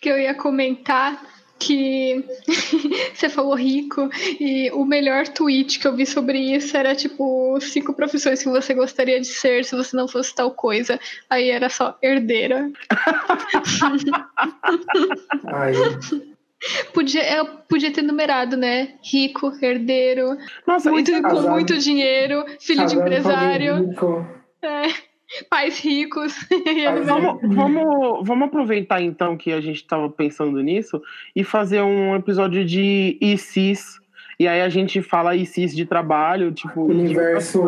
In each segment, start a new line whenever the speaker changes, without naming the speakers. que eu ia comentar que você falou rico e o melhor tweet que eu vi sobre isso era tipo cinco profissões que você gostaria de ser se você não fosse tal coisa. Aí era só herdeira.
Ai,
Podia, eu podia ter numerado, né? Rico, herdeiro,
Nossa, então,
muito,
isso-
com
casado.
muito dinheiro, filho de
casando com
empresário,
alguém rico.
é, pais ricos. E
Pais
aí,
vamos, vamos, vamos aproveitar então que a gente estava pensando nisso e fazer um episódio de ICIS. E aí a gente fala ICIS de trabalho, tipo.
Universo,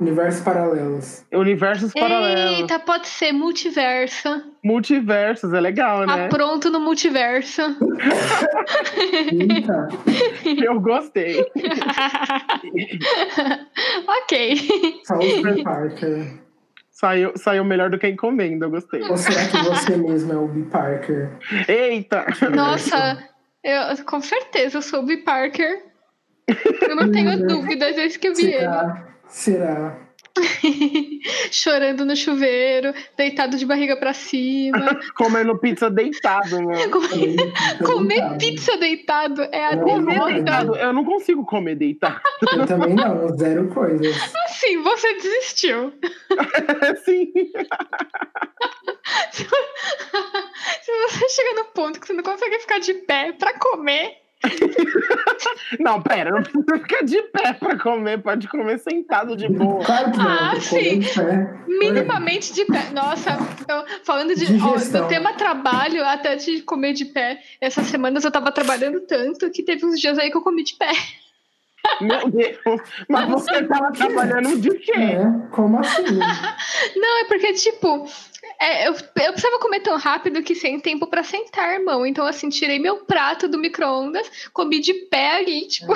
universo paralelos.
Universos
um
paralelos.
Eita, pode ser multiverso.
Multiversos, é legal, né?
Apronto no multiverso.
Eita.
Eu gostei.
ok.
Só o Parker.
Saiu, saiu melhor do que a encomenda, eu gostei.
Ou será que você mesmo é o B. Parker?
Eita!
Nossa, eu, com certeza eu sou o B. Parker. Eu não tenho dúvidas desde que eu vi ele.
Será? Será?
Chorando no chuveiro, deitado de barriga pra cima.
Comendo pizza deitado, mano.
Comer,
Eu
comer
não
pizza deitado é a
Comer
derrota.
deitado.
Deitado, eu não consigo comer deitado.
Eu também não, zero coisas.
Assim, você desistiu.
Assim.
Se você chega no ponto que você não consegue ficar de pé pra comer,
Não, pera, não precisa ficar de pé pra comer, pode comer sentado de boa.
Claro que não. é.
Ah,
eu tô
sim.
de pé.
minimamente de pé. Nossa, eu- falando de, ó,
Digestão.
do tema trabalho, até de comer de pé. Essas semanas eu tava trabalhando tanto que teve uns dias aí que eu comi de pé.
Meu Deus, mas você tava trabalhando de quê?
É, como assim?
Não, é porque, tipo, é, eu, eu precisava comer tão rápido que sem tempo pra sentar, irmão. Então, assim, tirei meu prato do micro-ondas, comi de pé ali, tipo,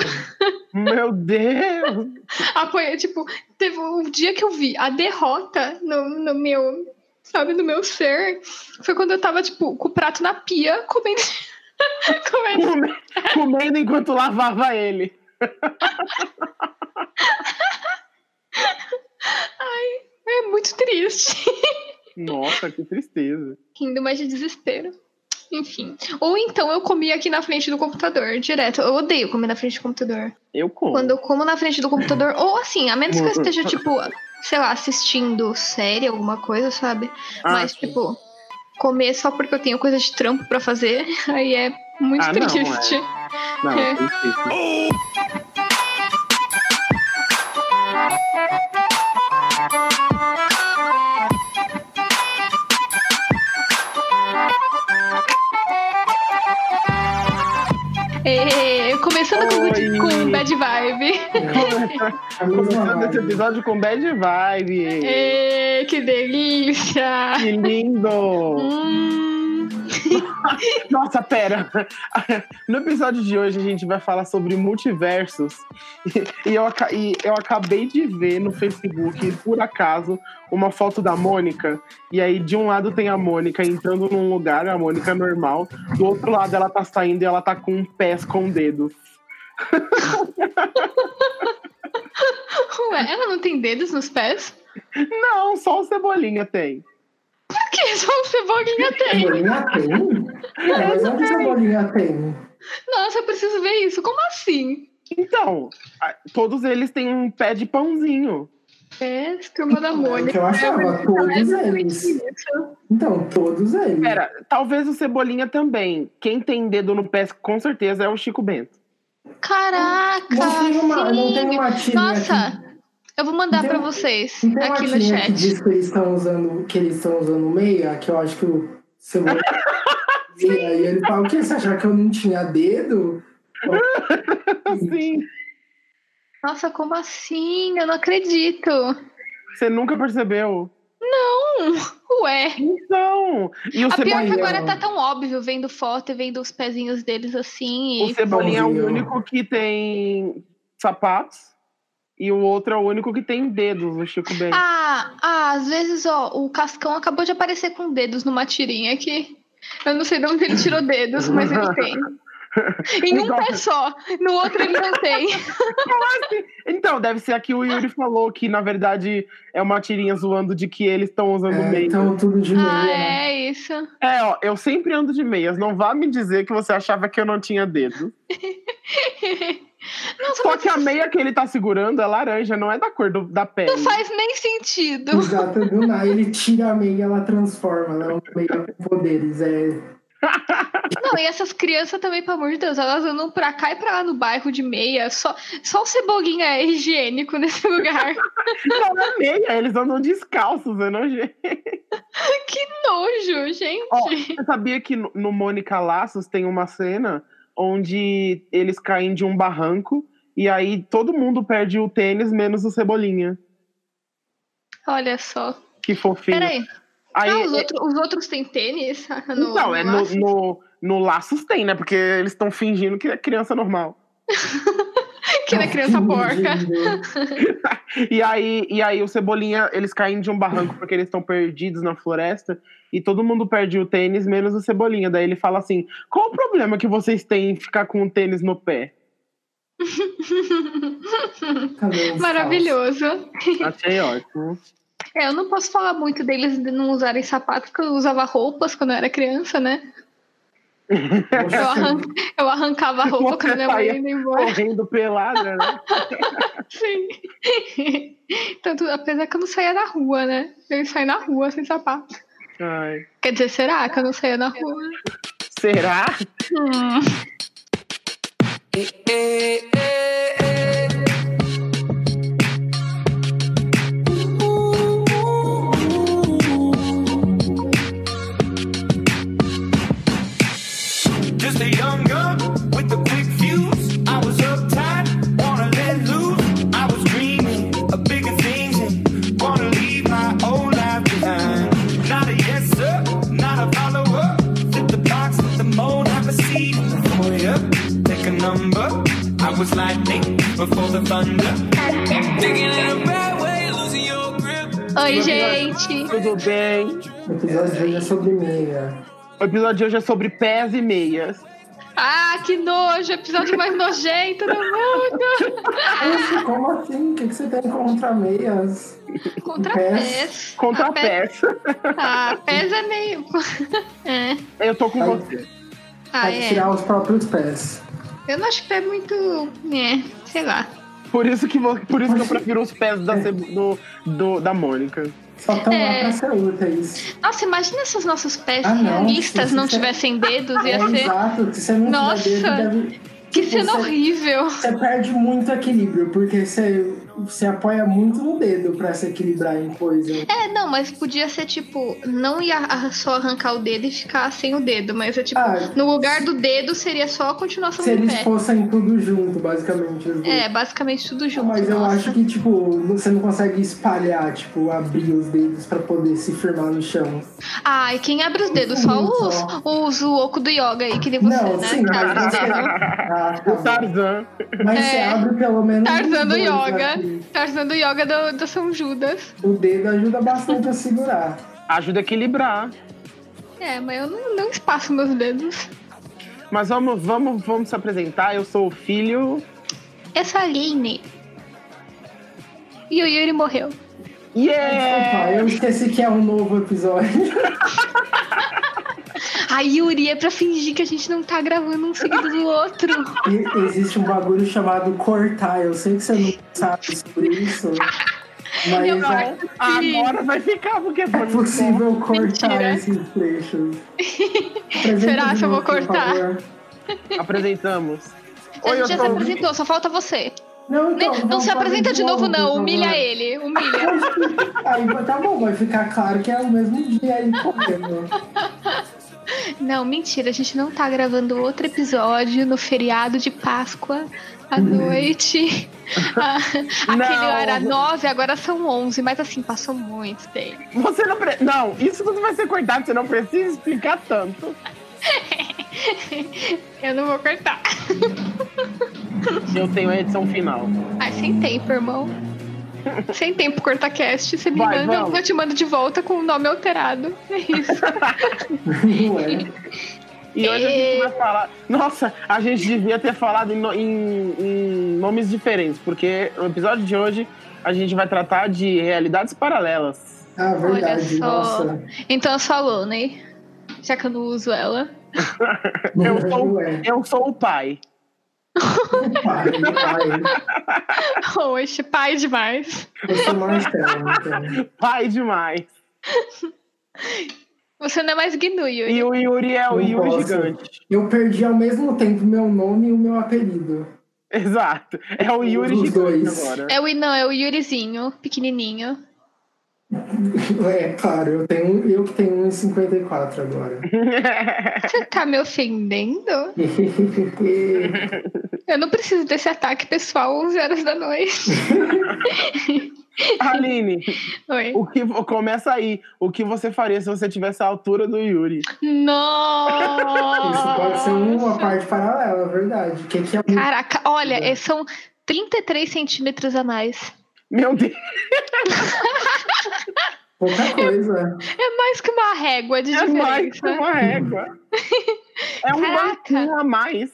Meu Deus!
apoiei, tipo, teve o dia que eu vi a derrota no, no meu, sabe, no meu ser, foi quando eu tava, tipo, com o prato na pia, comendo. comendo.
Come- Comendo enquanto lavava ele.
É muito triste.
Nossa, que tristeza.
Rindo, mas de desespero. Enfim. Ou então eu comi aqui na frente do computador, direto. Eu odeio comer na frente do computador.
Eu como.
Quando eu como na frente do computador, ou assim, a menos que eu
Uhum.
esteja, tipo, sei lá, assistindo série, alguma coisa, sabe?
Ah,
Mas, tipo, comer só porque eu tenho coisa de trampo pra fazer, aí é muito
Ah, não,
triste.
Não,
é.
é difícil.
É, começando com,
Oi.
com bad vibe.
É, A mesma
Começando esse
vibe.
tá episódio com bad vibe.
É, que delícia!
Que lindo!
Hum,
Nossa, pera. No episódio de hoje a gente vai falar sobre multiversos. E, e eu, aca- e eu acabei de ver no Facebook, por acaso, uma foto da Mônica. E aí, de um lado tem a Mônica entrando num lugar, a Mônica é normal. Do outro lado ela tá saindo e ela tá com um pé com dedos.
ué, ela não tem dedos nos pés?
Não, só o Cebolinha tem.
Por que só o cebolinha tem?
Cebolinha tem? É, mas onde cebolinha tem?
Nossa, eu preciso ver isso. Como assim?
Então, a- todos eles têm um pé de pãozinho.
É, turma da
É o
Mônica.
que eu achava, todos eles.
Exatamente isso.
Então, todos eles.
Pera, talvez o Cebolinha também. Quem tem dedo no pé, com certeza, é o Chico Bento.
Caraca!
não tem uma, não tem
Ah, sim.
uma tia
Nossa, eu vou mandar
Não tem
pra
uma-
vocês
Não tem uma
aqui no
tirinha que
chat.
diz que eles estão usando, que eles estão usando meia, que eu acho que o cebolinha. e aí ele fala, o que você achava que eu não tinha dedo?
Assim.
Nossa, como assim? Eu não acredito.
Você nunca percebeu?
Ué.
Então, e o,
A pior é
Cebolinha,
que
Cebolinha.
agora tá tão óbvio, vendo foto e vendo os pezinhos deles assim.
o
E...
Cebolinha é o
Bonzinho.
único que tem sapatos e o outro é o único que tem dedos, o Chico Bento.
Ah, ah, às vezes, ó, o Cascão acabou de aparecer com dedos numa tirinha aqui. Eu não sei de onde ele tirou dedos, mas ele tem. Em um pé só, no outro ele não tem.
Então, deve ser a que o Yuri falou, que na verdade é uma tirinha zoando de que eles estão usando
É,
meias.
então tudo de meia.
Ah,
né?
é isso.
É, ó, eu sempre ando de meias. Não vá me dizer que você achava que eu não tinha dedo.
Nossa,
Só
mas
que a meia que ele tá segurando é laranja, não é da cor do- da pele.
não faz nem sentido.
Exato, do nada ele tira a meia, ela transforma, ela é uma meia com poderes. É,
Não, e essas crianças também, pelo amor de Deus, elas andam pra cá e pra lá no bairro de meia. Só, só o Cebolinha é higiênico nesse lugar.
Não é meia, eles andam descalços, é eu não
que nojo, gente.
Ó, Você sabia que no, no Mônica Laços tem uma cena onde eles caem de um barranco e aí todo mundo perde o tênis, menos o Cebolinha.
Olha só.
Que fofinho.
Peraí.
Aí, é-
Ah, os, outro- os outros têm tênis? Ah, no-
então, é no,
laço?
no, no Laços tem, né? Porque eles estão fingindo que é criança normal.
Que na criança porca.
E aí, e aí o Cebolinha, eles caem de um barranco porque eles estão perdidos na floresta e todo mundo perde o tênis, menos o Cebolinha. Daí ele fala assim: qual o problema que vocês têm em ficar com o tênis no pé?
Maravilhoso.
Achei ótimo.
É, eu não posso falar muito deles de não usarem sapato, porque eu usava roupas quando eu era criança, né? Eu, arran- eu arrancava a roupa
Você
quando minha mãe
saía-
ia embora.
Correndo pelada, né?
Sim. Tanto, apesar que eu não saía na rua, né? Eu saía na rua sem sapato.
Ai,
Quer dizer, será que eu não saía na rua?
Será?
Hum.
Just a young gun with a quick fuse. I was uptight, wanna let loose. I was dreaming of bigger things and wanna leave my old life behind. Not a yes sir, not a follower. Fit the box, fit the mold, have a seat in the foyer. Take a number. I was lightning before the thunder. Thinking in a bad way, losing your grip.
Oi, gente.
Tudo bem?
O episódio de hoje é sobre meia.
O episódio de hoje é sobre pés e meias.
Ah, que nojo! Episódio mais nojento do mundo!
Poxa, como assim? O que, que você tem contra meias?
Contra
Pés.
pés.
Contra
Ah, pés.
pés.
Ah, pés é meio. É.
Eu tô com
Ai.
você.
Ah,
Vai
é.
tirar os próprios pés.
Eu não acho pé muito. É, sei lá.
Por isso que, vo- por isso que eu prefiro os pés da, Cebo- do, do- da Mônica.
Só estão lá
É.
pra ser úteis.
Nossa, imagina se os nossos pés
Ah, não.
realistas não
Isso é-
tivessem dedos,
É,
ia ser.
exato. Se você não
Nossa.
tiver dedo, deve-
Que
Tipo,
cena
você-
horrível!
Você perde muito equilíbrio, porque você, você apoia muito no dedo pra se equilibrar em coisa.
É, não, mas podia ser tipo, não ia arra- só arrancar o dedo e ficar sem o dedo, mas é tipo,
Ah. tipo
no lugar do dedo seria só a continuação
Se
do
eles
pé.
fossem tudo junto, basicamente. os dois.
É, basicamente tudo junto.
Mas eu
nossa.
acho que, tipo, você não consegue espalhar, tipo, abrir os dedos pra poder se firmar no chão.
Ai, quem abre os dedos? Só
Muito
os, os loucos do yoga aí, que nem você,
Não,
né?
sim,
que abre os
mas,
dedos.
Ah, tá.
O Tarzan.
Mas você
É.
abre pelo menos. os
Tarzan do
dois
yoga.
aqui.
Tarzan do yoga do, do São Judas.
O dedo ajuda bastante a segurar.
Ajuda a equilibrar.
É, mas eu não, não espaço meus dedos.
Mas vamos, vamos, vamos se apresentar. Eu sou o filho.
Essa Aline. E o Yuri morreu.
Yeah!
Desculpa, eu esqueci que é um novo episódio.
A Yuri é pra fingir que a gente não tá gravando um seguido do outro.
E existe um bagulho chamado cortar. Eu sei que você não sabe sobre isso. Mas
Eu não.
é,
Agora vai ficar, porque foi
é
muito bom.
possível cortar
Mentira.
esses trechos. Apresenta
Será
de
que eu vou
novo,
cortar?
por favor.
Apresentamos.
a
Oi,
gente já
eu
se
sou o
apresentou, só falta você.
Não,
Nem-
então,
não
vamos
se apresenta
fazer
de novo, né? não.
por
Humilha
favor.
ele. Humilha.
Aí tá bom, vai ficar claro que é o mesmo dia aí correndo.
Não, mentira. A gente não tá gravando outro episódio no feriado de Páscoa à noite. Ah,
Não.
Aquele era nove, agora são onze. Mas assim, passou muito tempo.
Você não pre... Não, isso tudo vai ser cortado, você não precisa explicar tanto.
Eu não vou cortar.
Eu tenho a edição final.
Ai, Ah, sem tempo, irmão. Sem tempo, corta cast. Você me
Vai,
manda,
vamos.
eu te mando de volta com o nome alterado. É isso.
Não é.
E hoje a
Ê.
gente vai falar. Nossa, a gente devia ter falado em, no- em- em nomes diferentes, porque no episódio de hoje a gente vai tratar de realidades paralelas.
Ah, verdade.
só.
Nossa.
Então é só a Loney, já que eu não uso ela.
Eu sou,
Ué,
eu sou o pai.
pai, pai.
Oxe, pai demais.
Eu sou Marcelo, então.
Pai demais.
Você não é mais Gnu, Yuri.
E o Yuri é o
Não
Yuri
posso.
gigante.
Eu perdi ao mesmo tempo meu nome e o meu apelido.
Exato. É o Yuri
Os
gigante
dois.
agora.
É o, não, é o Yurizinho, pequenininho.
É, claro, eu, tenho, eu que tenho 1,54 agora.
Você tá me ofendendo? Eu não preciso desse ataque pessoal 11 horas da noite.
Aline,
Oi.
o que, começa aí. O que você faria se você tivesse a altura do Yuri?
Nossa!
Isso pode ser um uma parte paralela, é verdade. O que, que é um
Caraca, olha, é- são 33 centímetros a mais.
Meu Deus,
pouca coisa.
É mais que uma régua de
é mais que
diferença.
uma régua. É um
Caraca.
banquinho a mais.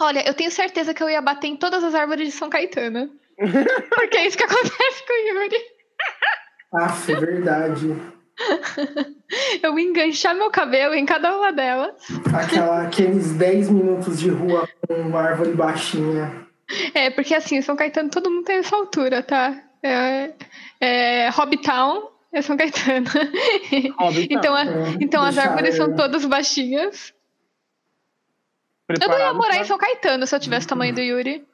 Olha, eu tenho certeza que eu ia bater em todas as árvores de São Caetano. Porque é isso que acontece com o Yuri.
Aff, é verdade.
Eu ia enganchar meu cabelo em cada uma delas.
Aquela, aqueles 10 minutos de rua com uma árvore baixinha.
É, porque assim, São Caetano todo mundo tem essa altura, tá? É, é, Hobbitown é São Caetano.
Óbvio,
Então, a-
É,
então as
deixar
árvores são
ela.
todas baixinhas. Eu não ia morar em
tá?
São Caetano se eu tivesse o tamanho do Yuri.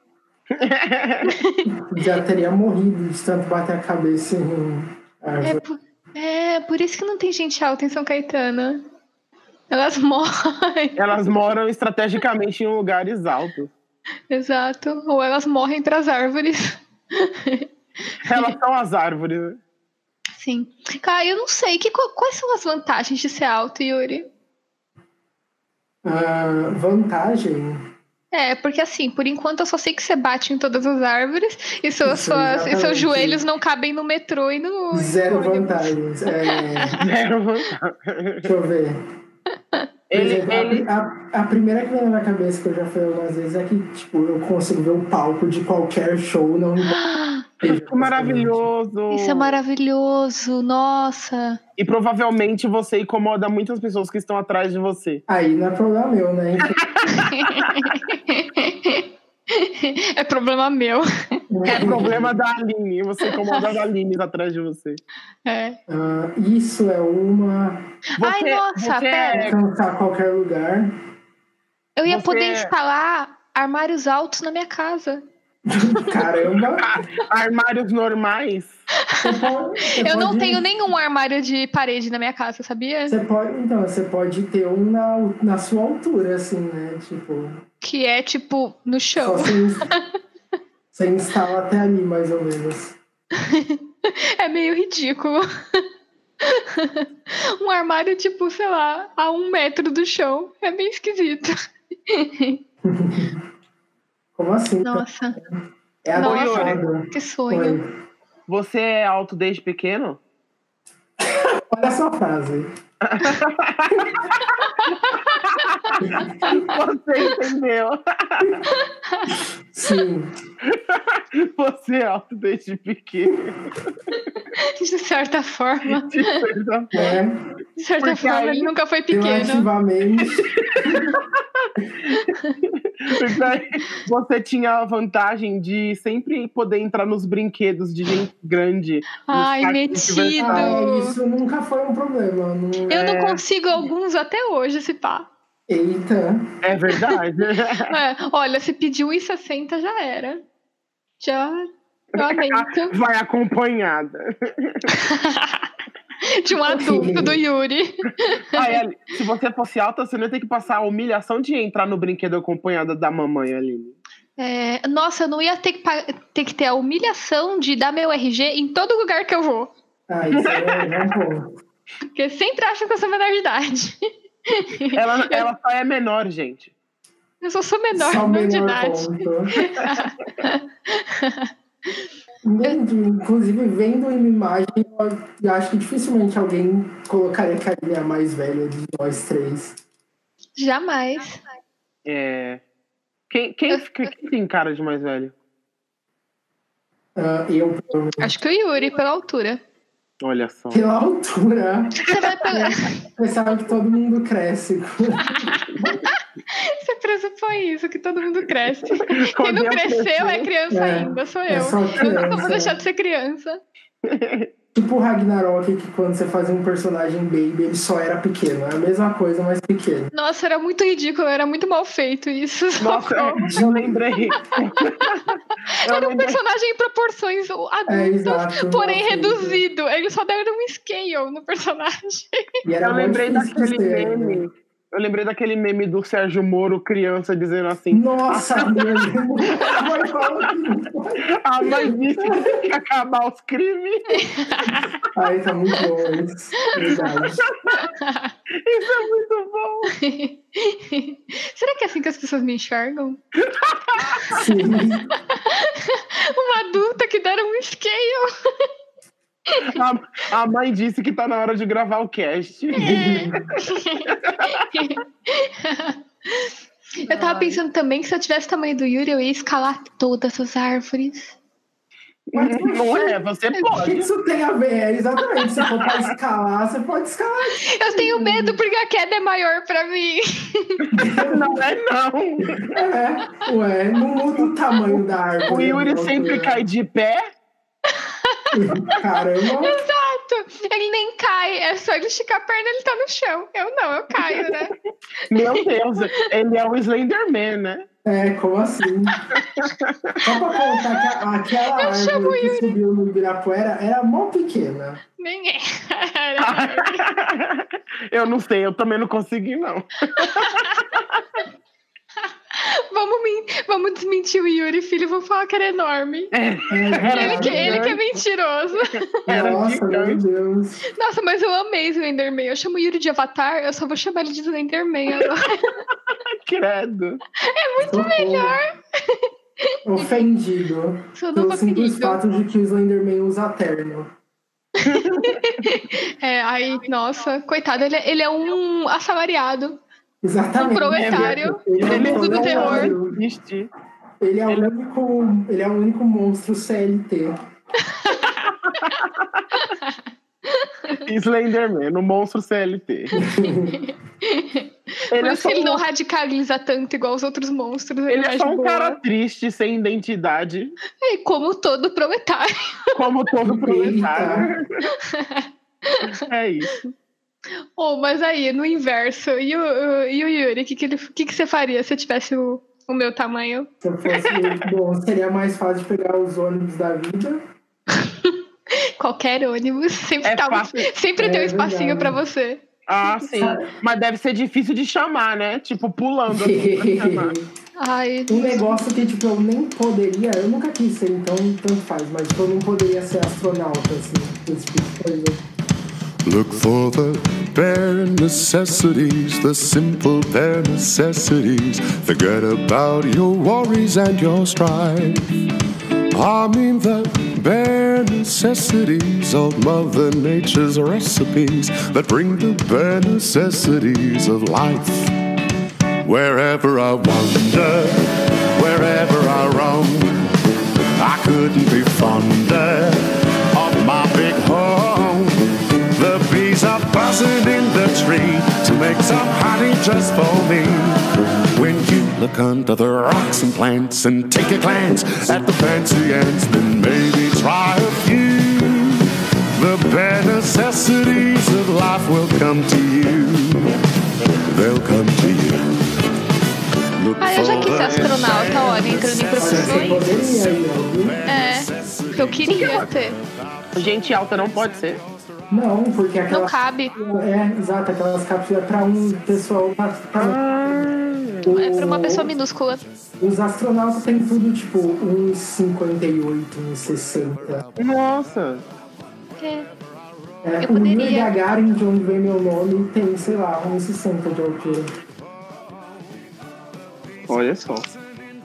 Já teria morrido de tanto bater a cabeça em um.
É
árvore.
por, é, por isso que não tem gente alta em São Caetano. Elas morrem.
Elas moram estrategicamente em lugares altos.
Exato. Ou elas morrem para as árvores.
Elas são as árvores. né?
Sim. Cara, eu não sei. Que, co- quais são as vantagens de ser alto, Yuri?
Ah, vantagem.
É, porque assim, por enquanto eu só sei que você bate em todas as árvores e, suas,
Isso,
suas- e seus
exatamente.
joelhos não cabem no metrô e no.
Zero
no ônibus.
vantagens. É,
Zero vantagem.
deixa eu ver. Por
Ele,
exemplo, a-
ele,
a, a primeira que vem na minha cabeça, que eu já falei algumas vezes, é que tipo, eu consigo ver o palco de qualquer show. Não...
que maravilhoso.
Isso é maravilhoso, nossa.
E provavelmente você incomoda muitas pessoas que estão atrás de você.
Aí não é problema meu, né?
é problema meu.
tipo,
É problema da Aline. Você incomoda as Alines atrás de você.
É.
Ah, isso é uma.
Você-
Ai, nossa,
você é-
pera.
Alcançar qualquer lugar.
Eu ia
Você-
poder instalar armários altos na minha casa.
Caramba!
Armários normais.
Você pode, você
Eu não
pode-
tenho nenhum armário de parede na minha casa, sabia?
Você pode, então, você pode ter um na, na sua altura, assim, né? Tipo,
Que é tipo no
só
chão.
você, ins- você instala até ali, mais ou menos.
É meio ridículo. um armário, tipo, sei lá, a um metro do chão. É bem esquisito.
Como assim?
Nossa,
é a
nossa.
baixada.
que sonho.
Oi.
Você é alto desde pequeno?
Olha essa frase.
Você entendeu?
Sim.
Você é alto desde pequeno.
De certa forma.
De certa
né?
De certa
Porque
forma,
aí
ele nunca foi pequeno.
Relativamente.
Porque aí é. Você tinha a vantagem de sempre poder entrar nos brinquedos de gente grande.
Ai,
parques de
metido.
diversão.
Ah, é, isso nunca foi um problema. Não...
Eu
é.
não consigo alguns até hoje, se pá.
Eita.
É verdade.
É, olha, se pedir 1,60 já era. Já. Eu aumento
Vai acompanhada.
de um adulto do Yuri.
Ai, Aline, se você fosse alta, você não ia ter que passar a humilhação de entrar no brinquedo acompanhada da mamãe, Aline.
É, nossa, eu não ia ter que, pa- ter que ter a humilhação de dar meu RG em todo lugar que eu vou.
Ah, isso é é um ponto.
Porque sempre acham que eu sou menor de idade.
Ela, ela só é menor, gente.
Eu só sou menor,
Só o
menor de
menor
idade.
ponto. Vendo, inclusive, vendo uma imagem, é eu acho que dificilmente alguém colocaria a carinha mais velha de nós três.
Jamais.
É... Quem, quem, fica- quem tem cara de mais velho?
Ah, eu, provavelmente,
Acho que o Yuri, pela altura.
Olha só.
pela altura,
Você vai pela...
você sabe que todo mundo cresce.
Você pressupõe isso, que todo mundo cresce. Quem
Quando
não
eu
cresceu é
crescer,
criança
é.
ainda, sou
É
eu.
só
Eu nunca vou
criança.
deixar de ser criança.
Tipo o Ragnarok, que quando você fazia um personagem baby, ele só era pequeno. É a mesma coisa, mas pequeno.
Nossa, era muito ridículo, era muito mal feito isso.
Nossa,
socorro.
eu lembrei. eu
Era um
lembrei.
personagem em proporções
É,
adultas,
exato.
porém
Nossa,
reduzido. Ele só deram um scale no personagem.
E era
Eu
muito
lembrei
difícil
daquele
de ser, né?
meme. Eu lembrei daquele meme do Sérgio Moro, criança, dizendo assim:
Nossa, meu Deus. Vai falar que-
A mãe disse que tem que "Ah, acabar os crimes.
Ai, tá muito bom isso. Verdade.
Isso é muito bom.
Será que é assim que as pessoas me enxergam?
Sim.
Uma adulta que deram um scale.
A, a mãe disse que tá na hora de gravar o cast.
É,
É.
Eu tava pensando também que se eu tivesse o tamanho do Yuri, eu ia escalar todas as árvores.
Mas
Não é, você
O que
pode.
isso tem a ver? É, Exatamente. Se for pra escalar, você pode escalar.
Eu tenho medo porque a queda é maior pra mim.
Não é, não.
É. Ué, não muda o tamanho da árvore.
O Yuri
né?
sempre cai de pé.
Caramba.
Exato. Ele nem cai, é só ele esticar a perna, ele tá no chão. Eu não, eu caio, né?
Meu Deus, ele é o Slenderman, né?
É, como assim? Só pra contar que a- aquela
Eu chamo
árvore que subiu no Ibirapuera era mó pequena.
Nem é.
Eu não sei, eu também não consegui, não.
Vamos, men- vamos desmentir o Yuri, filho, vamos falar que era enorme.
É,
Ele que,
verdade,
ele que é
né?
mentiroso.
Era
Nossa, meu
gigante.
Deus.
Nossa, mas eu amei Slenderman. Eu chamo o Yuri de Avatar, eu só vou chamar ele de Slenderman agora.
Credo.
Muito melhor. Ofendido.
Sou
Pelo
nova
um
simples
querida.
fato de que o Slenderman usa terno.
É, aí, nossa, coitado, ele, é- ele é um assalariado.
Tá
Exatamente.
Um proletário.
Ele é um
Mundo do
proletário.
Existe.
Ele é, o único, ele é o único monstro CLT.
Slenderman, o monstro CLT.
Por
ele é
isso
só,
que ele não
um,
radicaliza tanto igual os outros monstros. Ele,
ele é
age
só um
boa.
cara triste, sem identidade,
É, como todo proletário.
como todo
Eita.
proletário. é isso.
Oh, mas aí, no inverso, e o, e o Yuri, o que, que, ele- que, que você faria se eu tivesse o, o meu tamanho?
Se eu fosse. bom, seria mais fácil de pegar os ônibus da vida.
Qualquer ônibus, sempre,
É
tá um-
fácil.
sempre tem um
É
espacinho
verdade.
pra você.
Ah, sim. Mas deve ser difícil de chamar, né? Tipo, pulando. assim, pra chamar.
Ai,
um
é
negócio que, tipo, eu nem poderia. Eu nunca quis ser, então tanto faz, mas tipo, eu não poderia ser astronauta, assim, esse tipo de coisa.
Look for the bare necessities, the simple bare necessities. Forget about your worries and your strife. I mean the bare necessities of Mother Nature's recipes that bring the bare necessities of life. Wherever I wander, wherever I roam, I couldn't be fonder of my big home. The bees are buzzing in the tree to make some honey just for me. When you look under the rocks and plants and take a glance at the fancy ants, then maybe try a few. The bare necessities of life will come to you. They'll come to you. Look
Ah, eu já
for
quis ser
the
astronauta, olha, entrando em
Você
profissões.
poderia, né, Yuri?
É, que eu queria ter.
Gente alta não pode ser.
Não, porque
Não
aquela.
cabe.
É, exato, aquelas cápsulas é pra um pessoal. Pra, pra- o-
Ah, É pra uma pessoa minúscula.
Os astronautas têm tudo, tipo, uns 58, uns 60.
Nossa.
É.
É,
Eu
o
poderia.
Yuri Gagarin, de onde vem meu nome, tem, sei lá, uns 60 de altura.
Olha só.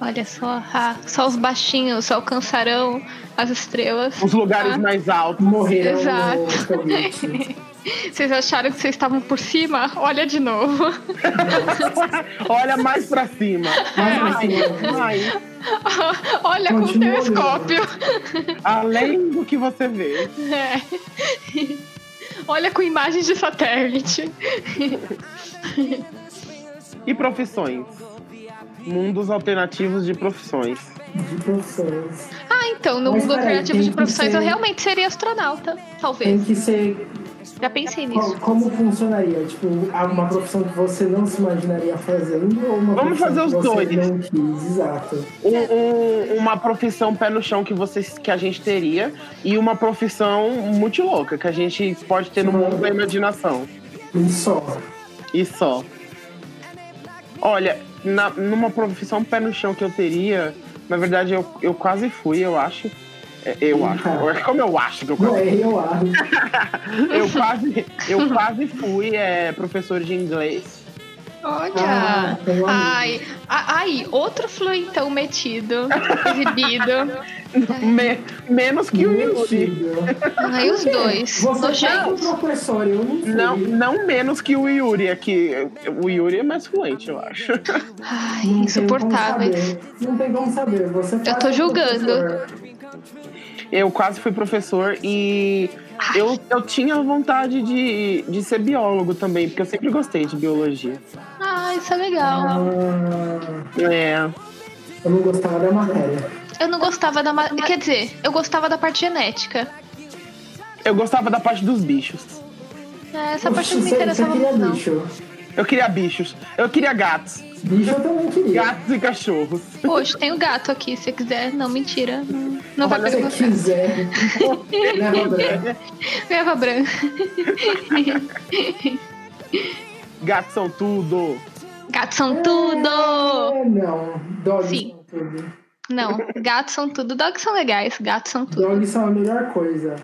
Olha só, ah, só os baixinhos só alcançarão as estrelas.
Os lugares
Ah.
mais altos.
é um Morreram
Exato.
no Soviet.
Vocês acharam que vocês estavam por cima? Olha de novo.
Olha mais pra cima.
É.
Mais pra cima.
Ai,
Olha com o
Continua,
telescópio.
além do que você vê.
É. Olha com imagens de satélite.
E profissões? Mundos alternativos de profissões.
de profissões.
Ah, então, no
Mas
mundo
peraí,
alternativo
tem
de
que
profissões eu
ser-
realmente seria astronauta. Talvez.
Tem que ser.
Já pensei nisso.
co- Como funcionaria? Tipo, há uma profissão que você não se imaginaria fazendo ou uma
Vamos
profissão
fazer os
que você
dois.
Não quis, exato.
Um- um- uma profissão pé no chão que, vocês, que a gente teria e uma profissão muito louca que a gente pode ter no mundo da imaginação.
Um só.
E só. Olha, na- numa profissão pé no chão que eu teria, na verdade eu, eu quase fui, eu acho. É, Eu acho. Como eu acho que eu
Não
quase
é, eu acho.
Eu quase, eu quase fui é, professor de inglês.
Ah,
Olha.
eu amo.
Ai, a- ai, outro fluentão metido, exibido.
Me- menos que o Yuri.
Impossível.
Ai, os dois.
Você é um
Nojentos.
professor, eu não fui.
Não, não menos que o Yuri aqui. O Yuri é mais fluente, eu acho.
Ai,
Não tem como
insuportáveis.
saber. Não tem como saber. Você faz
tô
um
julgando.
professor.
Eu quase fui professor e eu, eu tinha vontade de, de ser biólogo também, porque eu sempre gostei de biologia.
Ah, isso é legal.
Ah,
É.
eu não gostava da matéria.
Eu não gostava da. ma- Quer dizer, eu gostava da parte genética.
Eu gostava da parte dos bichos.
É, Essa parte
Oxe,
não me
você-
interessava
você queria
muito, não.
é bicho.
Eu queria bichos. Eu queria gatos.
Bicho eu também queria.
Gatos e cachorros.
Poxa, tem o gato aqui, se você quiser. Não, mentira. Não, não vai
tá
Se
pegar
você
você.
quiser. Né, Leva branco.
Leva branca.
Gatos são tudo.
Gatos são tudo!
É, não. Dogs
Sim.
são tudo.
Não, gatos são tudo. Dogs são legais, gatos são tudo.
Dogs são a melhor coisa.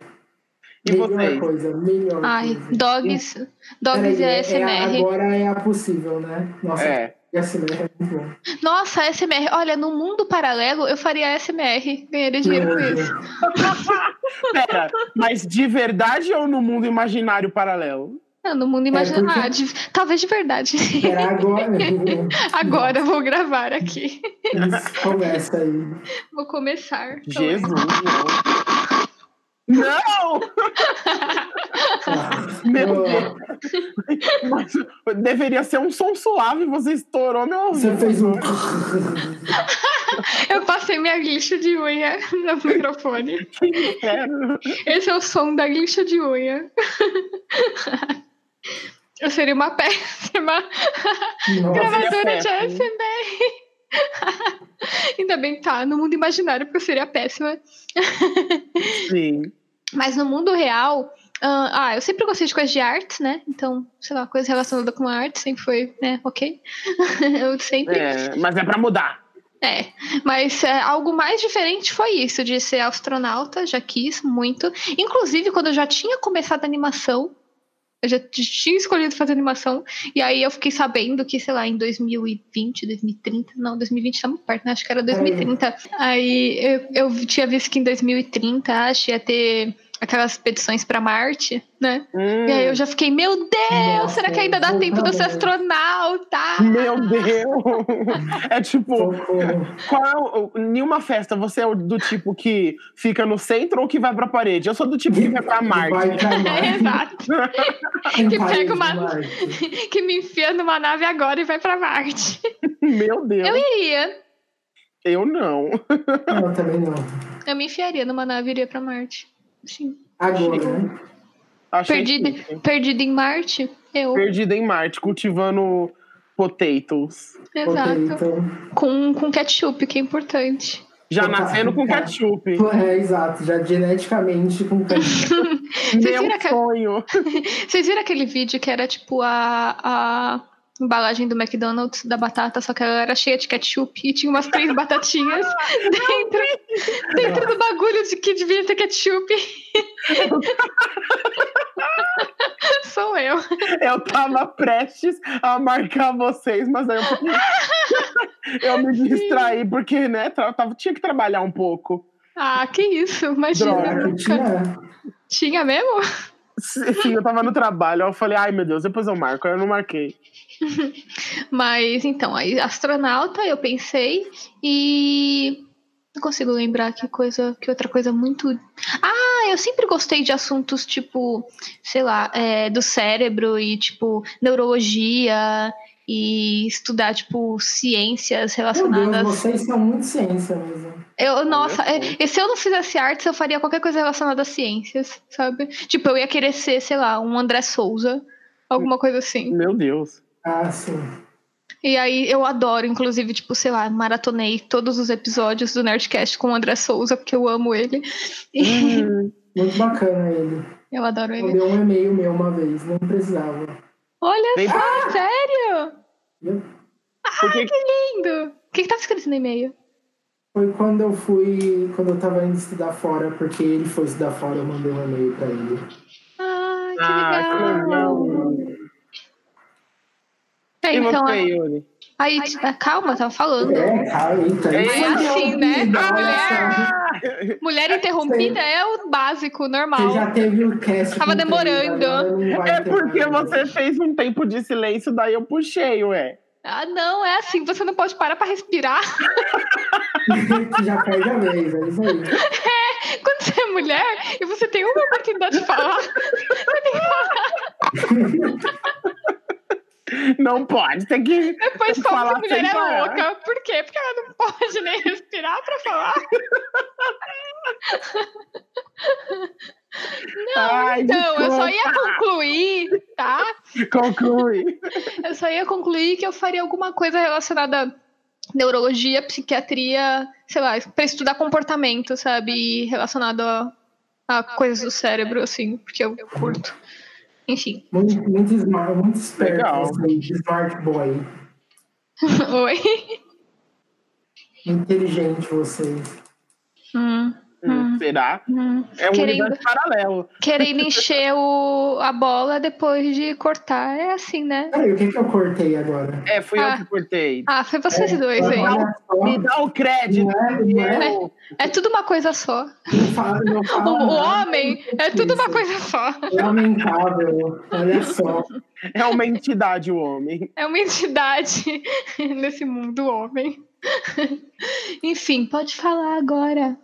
E
melhor
vocês?
coisa, melhor
Ai,
coisa.
dogs. Dogs
Peraí,
é
a-
SMR.
agora é a possível, né? Nossa,
É.
SMR é muito
Tipo
bom.
Nossa, SMR. Olha, no mundo paralelo eu faria SMR. Ganharia dinheiro com isso.
Pera, mas de verdade ou no mundo imaginário paralelo?
Não, no mundo imaginário.
porque-
Ah, de- Talvez de verdade.
Era é agora.
Agora é eu vou gravar aqui.
Isso, Começa aí.
Vou começar.
Jesus, não. Não! Meu Deus. Mas deveria ser um som suave, você estourou meu
Você
ouvido.
fez um.
Eu passei minha lixa de unha no microfone.
Quero.
Esse é o som da lixa de unha. Eu seria uma péssima
Nossa,
gravadora de
péssimo.
ASMR. Ainda bem que tá no mundo imaginário, porque eu seria péssima.
Sim.
Mas no mundo real, ah, ah, eu sempre gostei de coisas de arte, né? Então, sei lá, coisa relacionada com a arte sempre foi, né? Ok. eu sempre.
É, mas é pra mudar.
É, mas é, algo mais diferente foi isso, de ser astronauta, já quis muito. Inclusive, quando eu já tinha começado a animação, eu já t- tinha escolhido fazer animação, e aí eu fiquei sabendo que, sei lá, em 2020, 2030, não, 2020 tá muito perto, né? Acho que era 2030. Aí eu, eu tinha visto que em 2030, acho, ia ter aquelas expedições pra Marte, né?
Hum,
E aí eu já fiquei, meu Deus,
Nossa,
será que ainda dá tempo de eu ser
voltamos.
astronauta?
Hum, Meu Deus! É tipo,
socorro.
qual é o, o- nenhuma festa você é o do tipo que fica no centro ou que vai pra parede? Eu sou do tipo que vai pra
Vai
Marte.
pra Marte.
É, Exato.
Que
pega uma- que me enfia numa nave agora e vai pra Marte.
Meu Deus,
Eu
eu,
iria.
não.
Não, também não.
Eu me enfiaria numa nave e iria pra Marte. Sim.
Agora, né?
Achei
Perdida,
chique.
perdida em Marte? Eu.
Perdida em Marte, cultivando potatoes.
Ok,
Exato.
então.
Com, com ketchup, que é importante.
Já
Potato,
nascendo com
cara.
ketchup.
É, exato, já geneticamente com câncer.
viram
Meu
que-
sonho.
Vocês viram aquele vídeo que era tipo a. a embalagem do McDonald's da batata, só que ela era cheia de ketchup e tinha umas três batatinhas dentro, dentro do bagulho de que devia ter ketchup. Sou eu.
Eu tava prestes a marcar vocês, mas aí eu Eu me distraí, porque, né, tra- tava, tinha que trabalhar um pouco.
Ah, que isso, imagina.
Droga,
Tinha,
Tinha mesmo?
Sim, eu tava no trabalho. Aí eu falei, ai meu Deus, depois eu marco. Aí eu não marquei.
Mas então, aí astronauta eu pensei e não consigo lembrar que coisa, que outra coisa muito. Ah, eu sempre gostei de assuntos tipo, sei lá, é, do cérebro e tipo neurologia e estudar tipo ciências
Meu Deus,
relacionadas.
vocês são muito ciência mesmo.
Eu, nossa,
Olha
é, e se eu não fizesse artes, eu faria qualquer coisa relacionada a ciências, sabe? Tipo, eu ia querer ser, sei lá, um André Souza, alguma coisa assim.
Meu Deus.
Ah, sim.
E aí eu adoro, inclusive, tipo, sei lá, maratonei todos os episódios do Nerdcast com o André Souza, porque eu amo ele. E
Hum,
Muito bacana ele.
eu adoro ele.
Mandei um e-mail meu uma vez, não precisava.
Olha
Vem pra-
só, sério!
por que que-
Lindo! O que, que tava escrito no e-mail?
Foi quando eu fui, quando eu tava indo estudar fora, porque ele foi estudar fora, eu mandei um e-mail pra ele.
Ai, que
Ah, que
legal!
legal.
É,
E
então,
você,
aí,
Yuri?
t- ah, calma, tava falando.
É, cara, eita.
É assim, né?
Nossa,
Mulher, mulher interrompida é o básico, normal.
Você já teve o cast.
Tava
com
demorando.
três, agora não vai
É
ter
porque
mais.
você fez um tempo de silêncio, daí eu puxei, ué.
Ah, não, é assim, você não pode parar pra respirar.
Que já perde a vez, é isso aí.
Quando você é mulher e você tem uma oportunidade de falar, você tem que falar.
Não pode, tem que.
Depois
tem que
falam que a mulher
sem
é
parar.
louca. Por quê? Porque ela não pode nem respirar pra falar. Não,
Ai,
então, eu só
desculpa.
ia concluir, tá?
Conclui.
Eu só ia concluir que eu faria alguma coisa relacionada à neurologia, psiquiatria, sei lá, pra estudar comportamento, sabe? E Relacionado a, a Ah, coisas do cérebro, assim, porque eu curto. Enfim.
Muito, muito, smart, muito esperto.
Legal.
Assim, smart boy.
Oi.
Inteligente vocês.
Hum,
Hum, Será?
hum.
É um
Querendo-
universo paralelo.
Querendo encher o, a bola depois de cortar, é assim, né?
Peraí, o que, que eu cortei agora?
É, fui
Ah.
eu que cortei.
Ah, foi vocês
É,
dois aí.
Olha só,
Me dá o crédito.
Não é, não é.
eu-
É tudo uma coisa só.
não fala- Ah, não
O,
fala
o
nada.
homem é tudo uma coisa só.
Lamentável, olha só.
É uma entidade o homem.
É uma entidade nesse mundo homem. Enfim, pode falar agora.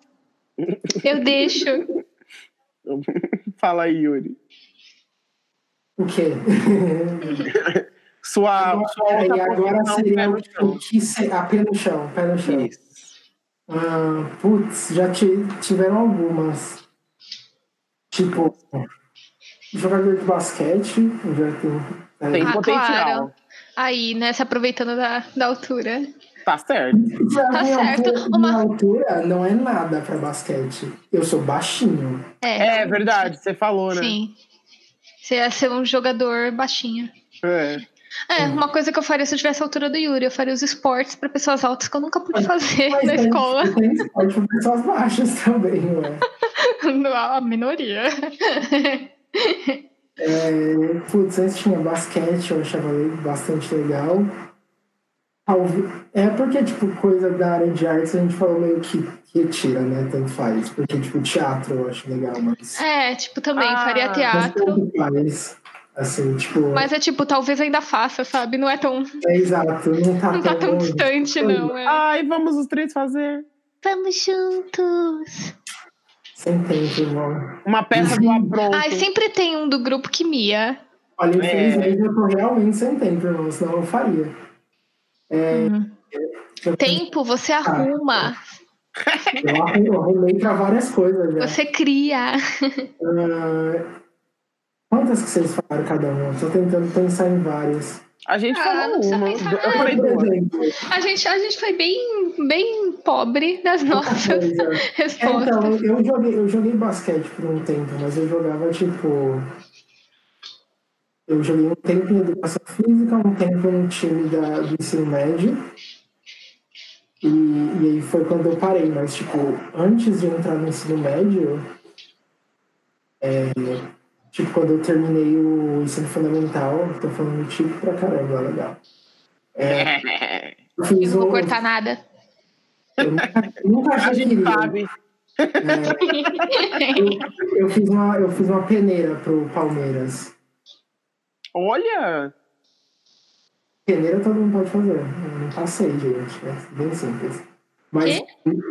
Eu deixo.
Fala aí, Yuri.
O quê?
Sua, sua
Peraí,
outra
agora
posição, tá pé
seria
no chão.
o que se... ah, pé no chão, pé no chão.
Isso.
Ah, putz, já ti- tiveram algumas. Tipo, jogador de basquete, eu já tenho. é,
Tem
Ah,
potencial.
claro. Aí, né, se aproveitando da, da altura.
Tá certo.
Pra
Tá
minha
certo,
altura-
uma-
Minha altura não é nada pra basquete. Eu sou baixinho.
É,
É verdade, você falou, né?
sim. Você ia ser um jogador baixinho.
É.
É, uma coisa que eu faria se eu tivesse a altura do Yuri, eu faria os esportes pra pessoas altas que eu nunca pude fazer
Mas
na
tem-
escola.
Tem esporte um pra pessoas baixas também, ué.
a minoria.
É, putz, antes tinha basquete, eu achava le- bastante legal. Talvez- É porque, tipo, coisa da área de artes a gente falou meio que retira, né? Tanto faz. Porque, tipo, teatro eu acho legal, mas.
É, tipo, também
Ah,
faria
mas
teatro.
tanto faz. Assim, tipo.
Mas é tipo, talvez ainda faça, sabe? Não é tão,
É exato, não tá,
não tá tão
longe.
distante, não. É.
Ai, vamos os três fazer
Vamos juntos.
Sem tempo, irmão.
uma peça do apronto.
Ai, sempre tem um do grupo que mia.
Olha,
É.
infelizmente eu tô realmente sem tempo, irmão, senão eu faria.
Uhum.
É,
Tempo você arruma,
Eu arru- eu arrumei pra várias coisas, né?
você cria.
Ah, Quantas que vocês falaram cada um? Tô tentando pensar em várias.
A gente
Ah, não
falou
precisa
uma.
pensar
Eu
nada.
falei
Por
É, duas.
exemplo,
A gente, a gente foi bem, bem pobre nas nossas
coisa. É, então,
respostas.
eu joguei, eu joguei basquete por um tempo, mas eu jogava tipo. Eu joguei um tempo em educação física, um tempo no time da, do ensino médio. E, e aí foi quando eu parei, mas tipo, antes de eu entrar no ensino médio, é, tipo, quando eu terminei o ensino fundamental, tô falando tipo pra caramba, legal.
É,
Eu fiz
Eu não vou
um-
cortar nada.
Eu nunca, nunca
a
achei
gente
que
sabe.
Eu fiz uma, eu fiz uma peneira pro Palmeiras.
Olha!
Peneira todo mundo pode fazer. Eu não passei, gente. É bem simples. Mas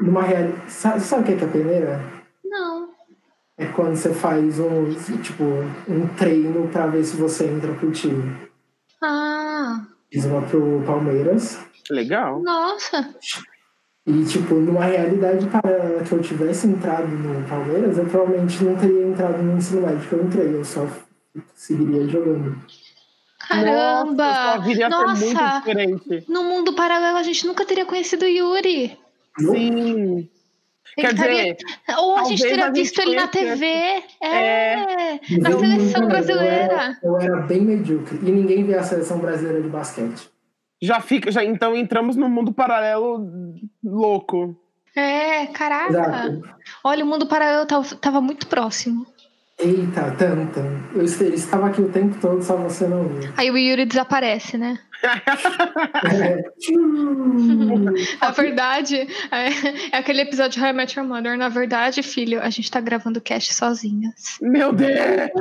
numa realidade. Sabe, sabe o que é, que é peneira?
Não.
É quando você faz um, tipo, um treino pra ver se você entra pro time.
Ah,
Fiz uma pro Palmeiras.
Legal.
nossa.
E, tipo, numa realidade paralela que eu tivesse entrado no Palmeiras, eu provavelmente não teria entrado no ensino médio que eu entrei. Eu só seguiria jogando.
Caramba!
Nossa, sua vida ia ser muito
Nossa,
diferente.
no mundo paralelo a gente nunca teria conhecido o Yuri.
Sim.
Ele
Quer
estaria-
dizer,
Ou a
talvez
gente teria
a gente
visto ele na
conhecesse-
TV. É,
É.
na seleção
Eu nunca- eu era-
brasileira.
Eu era, bem medíocre. E ninguém vê a seleção brasileira de basquete.
já fica. Já, então entramos num mundo paralelo louco.
É, caraca. tá.
Exato.
Olha, o mundo paralelo tava, tava muito próximo.
Eita, tanta. Eu est- ele estava aqui o tempo todo, só você não viu.
Aí o Yuri desaparece, né?
É.
Na verdade, é, é aquele episódio de How I Met Your Mother. Na verdade, filho, a gente tá gravando o cast sozinhas.
Meu Deus!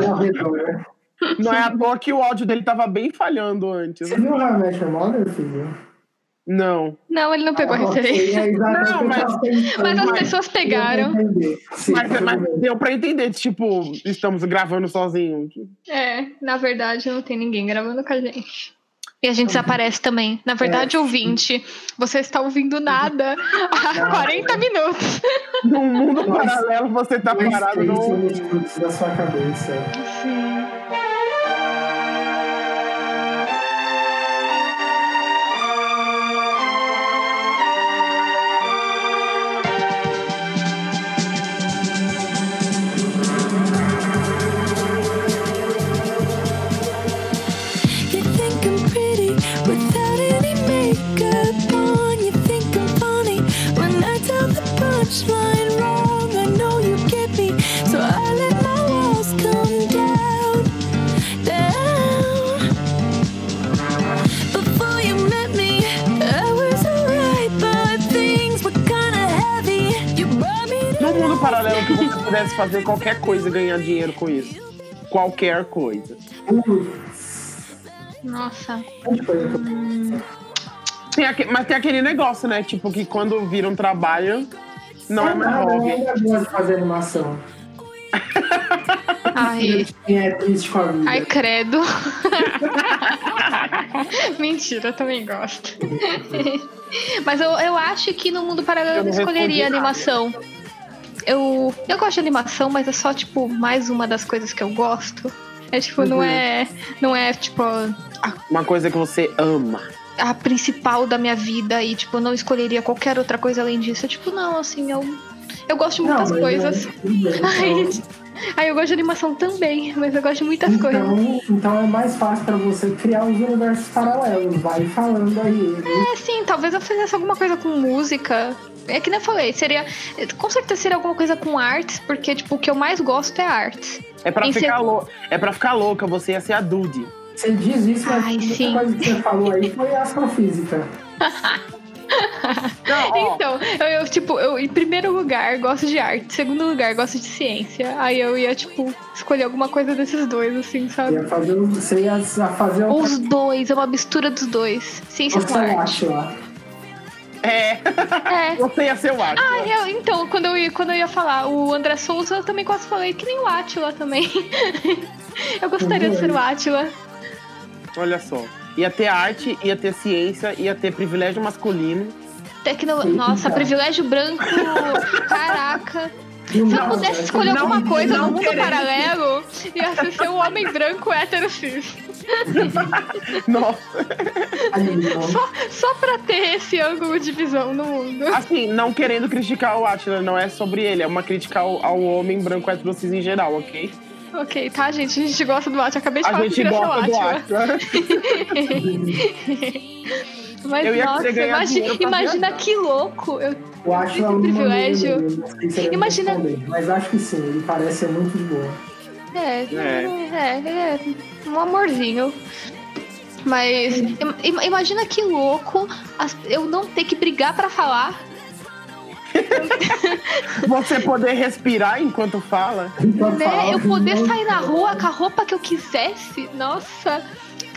Ao redor.
Não é à toa que o áudio dele tava bem falhando antes.
Você viu o How I Met Your Mother, filho?
Não.
Não, ele não pegou a referência.
É, exato,
Não,
eu
Ah, mas- é
tava pensando,
Mas as
mas
pessoas
eu não
pegaram.
entendi. Sim,
Mas,
tudo
mas
bem.
deu pra entender, tipo, estamos gravando sozinho.
É, na verdade, não tem ninguém gravando com a gente. E a gente desaparece também. Na verdade,
É.
ouvinte, você está ouvindo nada há 40 minutos.
Num mundo
Nossa.
paralelo, você tá
Dois,
parado
três
no.
minutos da sua cabeça.
You think I'm pretty without any makeup on. You think I'm funny when I tell the punchline wrong. I know you get me, so I let my walls come down, down. Before you met me, I was alright, but things were kinda heavy. You brought me to
Num mundo paralelo que você pudesse fazer qualquer coisa e ganhar dinheiro com isso. Qualquer coisa.
um
Nossa.
Onde foi que eu-
Tem aque- mas tem aquele negócio, né? Tipo, que quando vira um trabalho, não é mais
Ah, eu
hobby.
ainda gosto de fazer animação.
Ai,
Quem é triste com a vida.
ai credo. Mentira, eu também gosto. Mas eu, eu acho que no mundo paralelo eu
Eu não
escolheria
respondi nada.
animação. Eu, eu gosto de animação, mas é só, tipo, mais uma das coisas que eu gosto. É tipo, não é. Não é, tipo,
Uma coisa que você ama.
a principal da minha vida e, tipo, eu não escolheria qualquer outra coisa além disso. Eu, tipo, não, assim, eu, eu gosto de
Não,
muitas
mas
coisas.
é- tudo bem,
Ai,
então-
Ai, eu gosto de animação também, mas eu gosto de muitas coisas.
Então, então é mais fácil pra você criar os universos paralelos. Vai falando aí.
É assim, talvez eu fizesse alguma coisa com música. É que nem eu falei, seria. Com certeza seria alguma coisa com artes, porque, tipo, o que eu mais gosto é artes.
É pra,
Em
ficar
ser-
lou... é pra ficar louca, você ia ser a Dude.
Você diz isso, mas
Ai,
a única
sim.
coisa que você falou aí foi astrofísica.
Não, ó,
Então, eu, eu, tipo, eu, em primeiro lugar, gosto de arte. Em segundo lugar, gosto de ciência. Aí eu ia, tipo, escolher alguma coisa desses dois, assim,
Você
sabe?
ia fazer, um- você ia fazer
Ou
outra
os dois, é uma mistura dos dois. Ciência com
coisa
arte.
acho lá.
é.
É.
Você ia ser o Atila.
Ah, eu- então, quando eu, ia, quando eu ia falar o André Souza, eu também quase falei que nem o Átila também. eu gostaria de ser o Átila.
Olha só. Ia ter arte, ia ter ciência, ia ter privilégio masculino.
Tecno...
Sim,
Nossa,
então.
privilégio branco. Caraca.
E o
Se eu
Mauro,
pudesse escolher
não-
alguma coisa
não
no mundo
querendo.
paralelo, ia ser ser um homem branco hétero cis.
Nossa.
animal.
Só, só pra ter esse ângulo de visão no mundo.
Assim, não querendo criticar o Atila, não é sobre ele, é uma crítica ao, ao homem branco heterocis em geral, ok?
Ok, tá, gente? A gente gosta do Átila. Acabei de
A
falar que
gente
queria ser o
gosta do
Átila.
Atila.
Mas,
Eu ia
nossa,
querer ganhar
imagina,
dinheiro pra
imagina
viajar.
que louco. Eu
Eu acho ela
Que
uma assim,
privilégio.
menina, não sei se ele vai
Imagina-
responder, Mas acho que sim, ele parece ser muito de boa.
É,
É.
é, é, um amorzinho. Mas im- im- imagina que louco as- eu não ter que brigar pra falar.
Você poder respirar enquanto fala.
Então,
Né? Eu poder sair na rua com a roupa que eu quisesse. Nossa,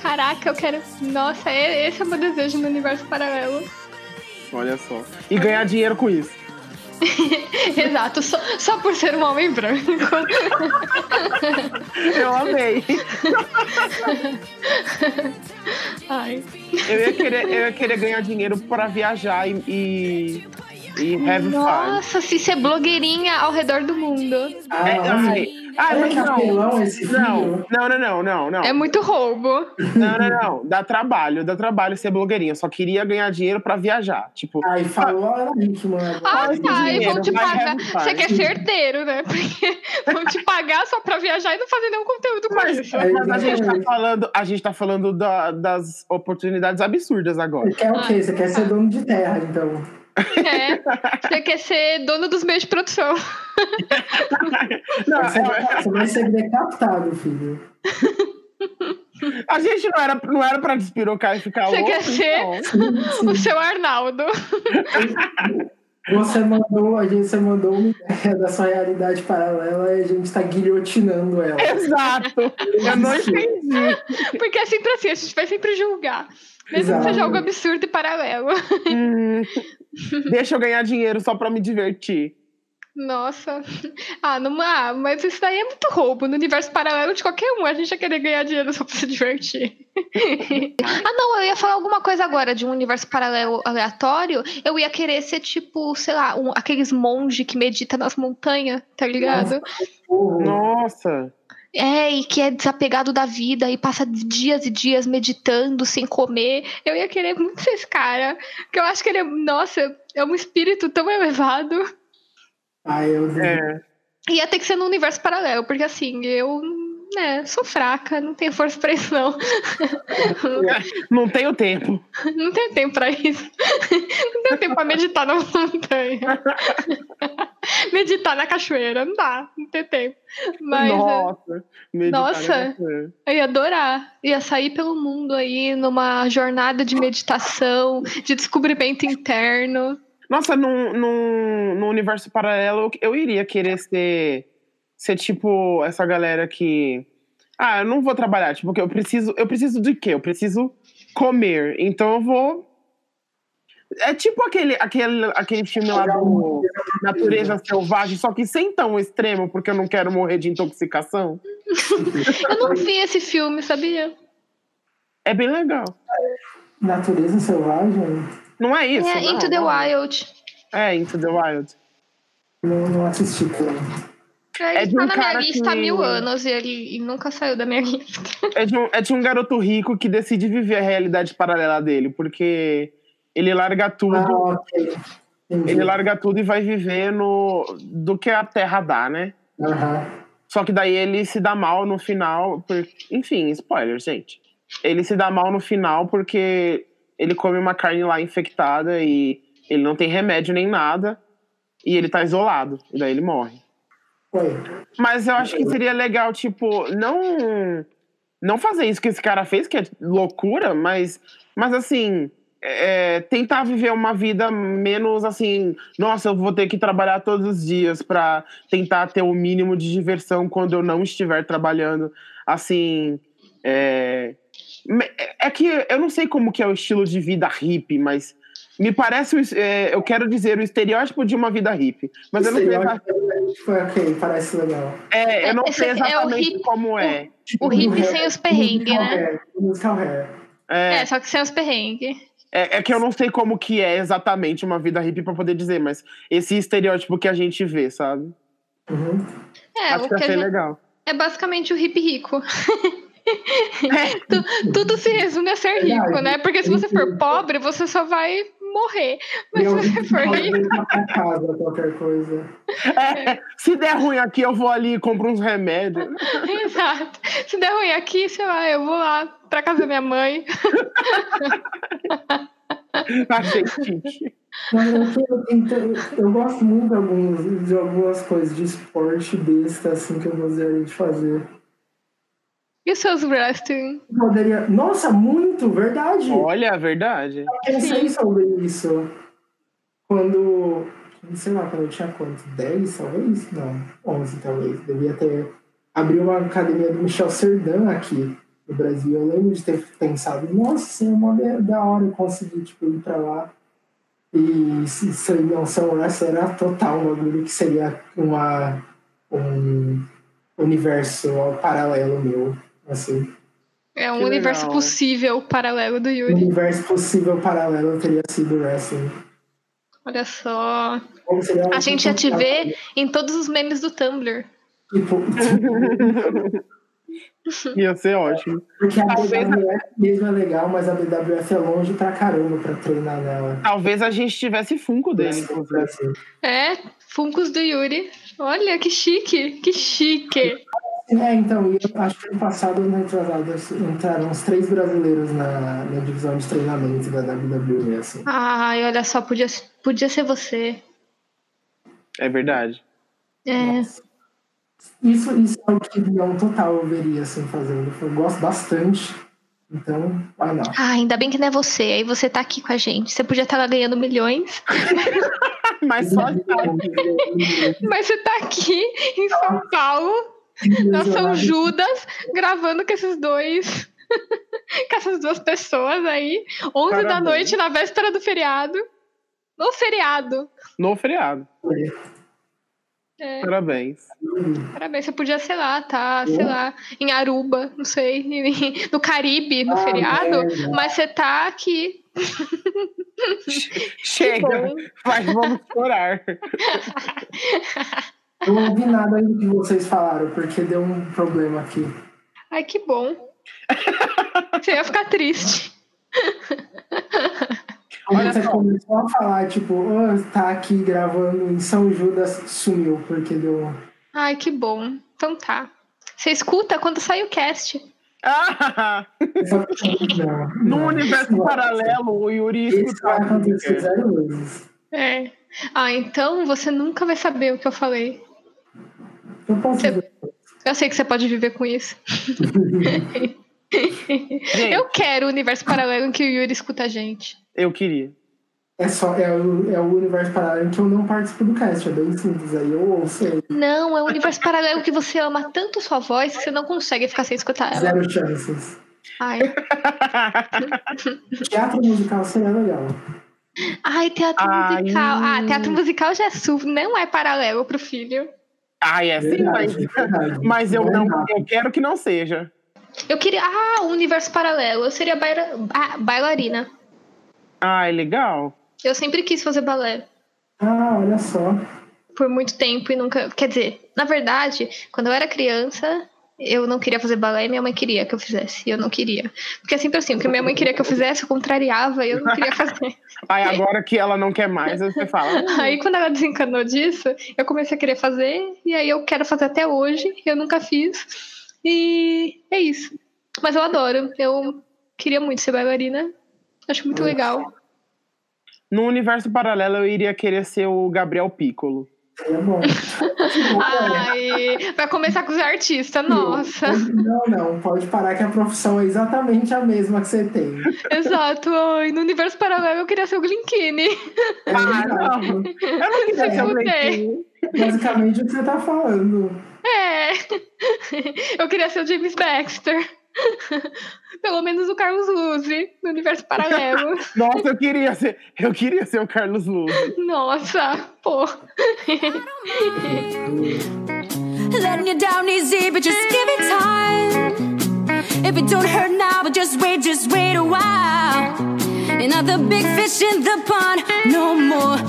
caraca, eu quero. Nossa, é- esse é o meu desejo no universo paralelo.
Olha só. E ganhar dinheiro com isso.
Exato, só, só por ser um homem branco.
Eu amei.
Ai.
Eu ia querer, eu ia querer ganhar dinheiro pra viajar e. e, e have fun.
Nossa, se ser blogueirinha ao redor do mundo.
Ah,
É, ai, ai,
olha
mas
que
não.
apelão esse filho.
Não, não, não, não, não, não.
É muito roubo.
Não, não, não. Dá trabalho, dá trabalho ser blogueirinha. Eu só queria ganhar dinheiro pra viajar. Tipo,
Ai, falou a Ana Hickman agora.
Ah,
Faz
tá, e
dinheiro,
vão te
vai
pagar.
have fun.
Você quer certeiro, né? Porque vão te pagar só pra viajar e não fazer nenhum conteúdo com
mas,
isso.
mas a gente tá
Exatamente.
falando, a gente tá falando da- das oportunidades absurdas agora.
Você quer o
Ah,
quê? Você quer
tá.
ser dono de terra, então.
É. Você quer ser dono dos meios de produção.
Não,
Você
é-
vai- você vai ser decapitado, filho.
a gente não era, não era pra despirocar e ficar
Você
louco.
quer ser?
então.
O seu Arnaldo.
Você mandou, a gente, você mandou uma ideia da sua realidade paralela e a gente tá guilhotinando ela.
É. Exato. Eu não entendi.
Porque é sempre assim, a gente vai sempre julgar. Mesmo que
Exato.
seja algo absurdo e paralelo. Uhum.
Hum, Deixa eu ganhar dinheiro só pra me divertir.
Nossa. Ah, não, ah, mas isso daí é muito roubo. No universo paralelo de qualquer um, a gente ia querer ganhar dinheiro só pra se divertir. ah, não, eu ia falar alguma coisa agora de um universo paralelo aleatório. Eu ia querer ser tipo, sei lá, um- aqueles monge que medita nas montanhas, tá ligado?
Porra.
Nossa.
É, e que é desapegado da vida e passa dias e dias meditando sem comer. Eu ia querer muito ser esse cara. Porque eu acho que ele é, nossa, é um espírito tão elevado.
Ai, eu
É.
Ia ter que ser num universo paralelo, porque assim, eu né, sou fraca, não tenho força pra isso, não.
Não tenho tempo.
Não tenho tempo pra isso. Não tenho tempo pra meditar na montanha. Meditar na cachoeira, não dá, não tenho tempo. Mas eh,
Nossa. meditar
Nossa.
é bacana.
eu ia adorar. Ia sair pelo mundo aí numa jornada de meditação, de descobrimento interno.
Nossa, num, num, num universo paralelo, eu iria querer ser, ser tipo essa galera que. Ah, eu não vou trabalhar, tipo, que eu preciso. Eu preciso de quê? Eu preciso comer. Então eu vou. É tipo aquele, aquele, aquele filme lá do Natureza Selvagem, só que sem tão extremo, porque eu não quero morrer de intoxicação.
Eu não vi esse filme, sabia?
É bem legal.
Natureza selvagem?
Não é isso?
é
não,
Into the
não.
Wild.
É, Into the Wild.
Não, não assisti, cara.
É,
É
ele
de um
tá na minha
cara
lista há
que-
mil anos e ele e nunca saiu da minha lista.
É de, um, é de um garoto rico que decide viver a realidade paralela dele, porque ele larga tudo,
Ah, ok. Entendi.
ele larga tudo e vai viver no do que a Terra dá, né?
Aham.
Só que daí ele se dá mal no final, por- enfim, spoiler, gente. Ele se dá mal no final porque ele come uma carne lá infectada e ele não tem remédio nem nada e ele tá isolado e daí ele morre.
Oi.
Mas eu acho que seria legal, tipo, não não fazer isso que esse cara fez, que é loucura, mas, mas assim, é, tentar viver uma vida menos assim, nossa, eu vou ter que trabalhar todos os dias pra tentar ter o mínimo de diversão quando eu não estiver trabalhando. Assim, é, me- é que eu não sei como que é o estilo de vida hippie, mas me parece, o es- é, eu quero dizer, o estereótipo de uma vida hippie. Mas eu não sei exatamente-
Foi ok, parece legal. Tipo,
é, eu não
Esse
sei
aqui é o
exatamente
hippie-
como é.
O hippie sem os perrengues,
Musical
né?
hair, Musical hair.
É,
É,
só que sem os perrengues.
é, é que eu não sei como que é exatamente uma vida hippie pra poder dizer, mas esse estereótipo que a gente vê, sabe?
Uhum.
É,
Acho
o
que
que
achei
a gente-
legal.
é basicamente o hippie rico. Tu- tudo se resume a ser rico,
Verdade.
né? Porque se você for pobre, você só vai morrer. Mas se
Eu
você for
pode
rico,
levar pra casa qualquer coisa.
É, se der ruim aqui, eu vou ali e compro uns remédios.
exato. Se der ruim aqui, sei lá, eu vou lá pra casa da minha mãe.
Achei chique.
Mas eu, tô- então, eu gosto muito de, alguns, de algumas coisas de esporte besta, assim, que eu gostaria de fazer.
E os seus wrestling?
Poderia. Nossa, muito, verdade!
Olha, é verdade.
pensei sobre isso. Quando sei lá, quando eu tinha quanto? 10, talvez? Não, 11, talvez. Devia ter... Abriu uma academia do Michel Serdan aqui no Brasil. Eu lembro de ter pensado, nossa, é uma da hora eu conseguir, tipo, ir pra lá. E se se eu não são essa era total um bagulho que seria uma, um universo paralelo meu, assim.
É um
Que
universo
legal.
possível paralelo do
O
Yuri.
Um universo possível paralelo teria sido o wrestling.
Olha só.
Ou seria
A
algo
gente ia te
total,
ver em todos os memes do Tumblr.
Tipo,
Ia ser ótimo.
porque a
Talvez-
BWF mesmo é legal, mas a BWF é longe pra caramba pra treinar nela.
Talvez a gente tivesse Funko dele, inclusive.
Assim,
É, Funcos do Yuri. Olha, que chique, que chique.
É, então, e eu acho que ano passado, ano retrasado, entraram uns três brasileiros na, na divisão de treinamento da WWE, assim.
Ai, olha só, podia, podia ser você.
É verdade.
É,
Isso, isso é o que não total eu veria, assim, fazendo. Eu gosto bastante, então, why not?
Ah, ainda bem que não é você. Aí você tá aqui com a gente. Você podia estar lá ganhando milhões,
Mas só
mas você tá aqui em São Paulo, na São Judas, gravando com esses dois. com essas duas pessoas aí. 11 da
Parabéns.
noite, na véspera do feriado. No feriado.
no feriado.
É,
Parabéns.
parabéns, você podia, sei lá, tá, sei
Uhum.
Eu?
lá, em Aruba, não sei, no Caribe, no
Ah,
feriado,
merda.
mas você tá aqui.
Chega,
Bom,
vai, vamos chorar.
Eu não ouvi nada ainda que vocês falaram, porque deu um problema aqui.
Ai, que bom. Você ia ficar triste.
Olha
Olha você
só.
começou a falar, tipo, "Ah, tá aqui gravando em São Judas, sumiu, porque deu.
Ai, que bom. Então tá. Você escuta quando sai o cast.
Ah,
Não,
no
não. Isso
universo
vai-
paralelo, é o Yuri
Isso é vai
escutava.
acontecer zero vezes.
É. Ah, então você nunca vai saber o que eu falei.
Eu posso
Você-
ver.
Eu sei que você pode viver com isso.
Gente, eu...
Eu quero o universo paralelo em que o Yuri escuta a gente.
queria.
É só, é o, é o universo paralelo em que eu não participo do cast, é bem simples aí, eu ouço ele,
Não, é o universo paralelo que você ama tanto sua voz que você não consegue ficar sem
Tá
escutar ela.
zero chances.
Ai,
Teatro musical seria legal.
Ai teatro
Ai.
musical. Ah, teatro musical já é sub, não é paralelo pro filho.
Ai, é sim, mas,
verdade.
mas eu não,
Verdade.
eu quero que não seja.
Eu queria. Ah, o universo paralelo. Eu seria baila- ba- bailarina.
Ai, legal.
Eu sempre quis fazer balé.
Ah, olha só.
por muito tempo e nunca. Quer dizer, na verdade, quando eu era criança, eu não queria fazer balé e minha mãe queria que eu fizesse. E eu não queria. Porque é sempre assim, o que minha mãe queria que eu fizesse, eu contrariava e eu não queria fazer.
Ai, agora que ela não quer mais, você fala.
aí quando ela desencanou disso, eu comecei a querer fazer, e aí eu quero fazer até hoje, e eu nunca fiz. E é isso. Mas eu adoro. Eu queria muito ser bailarina. Acho muito legal.
No universo paralelo, eu iria querer ser o Gabriel Piccolo.
Seria é bom. Tipo,
Ah,
Ai, vai começar com os artistas, nossa.
Não, não, pode parar que a profissão é exatamente a mesma que você tem.
Exato. Ai, no universo paralelo eu queria ser o Glinkini.
É
Ah,
verdade.
não. Eu não queria ser o Leite.
Basicamente o que você tá falando.
É. Eu queria ser o James Baxter. Pelo menos o Carlos Luzi, no universo paralelo.
Nossa, eu queria ser. Eu queria ser o Carlos Luz.
Nossa, pô.
Letting you down easy, but just give it time. If it don't hurt now, but just wait, just wait a while. Another big fish in the pond, no more.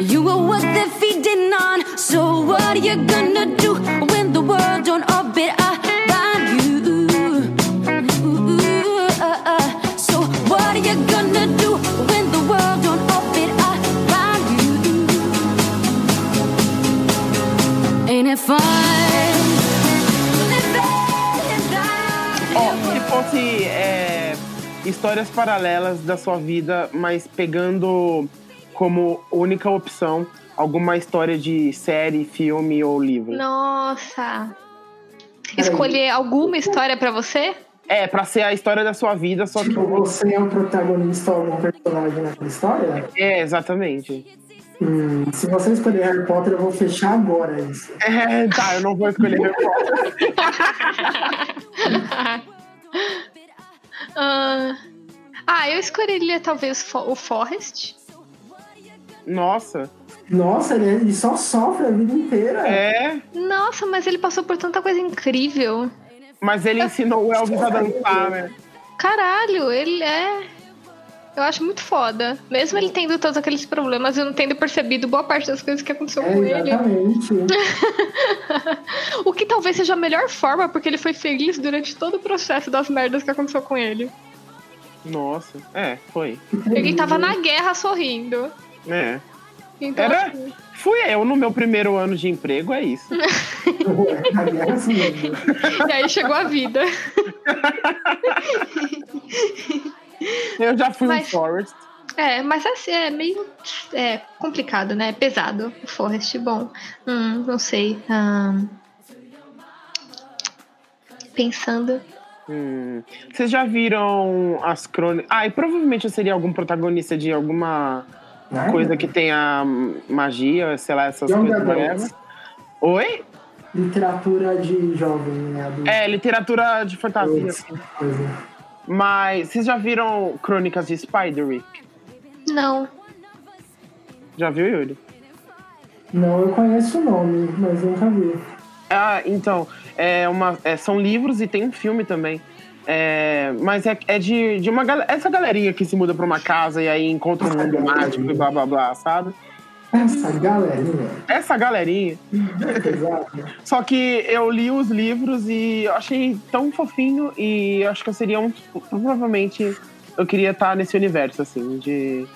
You were what they're feeding on. So what are you gonna do when the world don't orbit around you? Ooh, uh, uh. So what are you gonna do when the world don't orbit around you? Ain't it fun?
Ó, se fosse é, histórias paralelas da sua vida, mas pegando como única opção alguma história de série, filme ou livro.
Nossa. Escolher alguma história pra você?
É, pra ser a história da sua vida, só que.
Tipo, você é o protagonista ou algum personagem naquela história?
É, exatamente.
Hum, se você escolher Harry Potter, eu vou fechar agora isso.
É, tá, eu não vou escolher Harry Potter.
Ah, ah, eu escolheria talvez fo- o Forrest.
Nossa.
Nossa, ele, é, ele só sofre a vida inteira.
É,
Nossa, mas ele passou por tanta coisa incrível.
mas ele ensinou o Elvis a dançar, né?
Caralho, ele é. Eu acho muito foda. Mesmo
É.
ele tendo todos aqueles problemas, eu não tendo percebido boa parte das coisas que aconteceu
É,
com ele.
exatamente.
O que talvez seja a melhor forma, porque ele foi feliz durante todo o processo das merdas que aconteceu com ele.
Nossa, é, foi.
Ele tava na guerra sorrindo.
É.
Então,
Era.
assim,
Fui eu no meu primeiro ano de emprego, é isso.
Na é guerra civil. né?
e aí chegou a vida.
Eu já fui um
Mas-
Forrest.
É, mas assim, é meio é, complicado, né? Pesado. O Forrest, bom. Hum, não sei. hum. Ahn. Pensando.
Hum, Vocês já viram as crônicas? Ah, e provavelmente eu seria algum protagonista de alguma
Narnia.
coisa que tenha hum, magia, sei lá, essas
Young
coisas.
Adult.
whatever. Oi?
Literatura de jovem, né? Adulto,
É, literatura de fantasia.
essa coisa.
Mas vocês já viram Crônicas de Spiderwick?
Não.
Já viu, Yuri?
Não, eu conheço o nome, mas nunca vi.
Ah, então, é uma, é, são livros e tem um filme também. É, mas é, é de, de uma galera. Essa galerinha que se muda pra uma casa e aí encontra um mundo mágico e blá blá blá, sabe?
Essa galerinha,
Essa galerinha.
exato.
Só que eu li os livros e eu achei tão fofinho e acho que eu seria um. Provavelmente eu queria estar nesse universo, assim, de.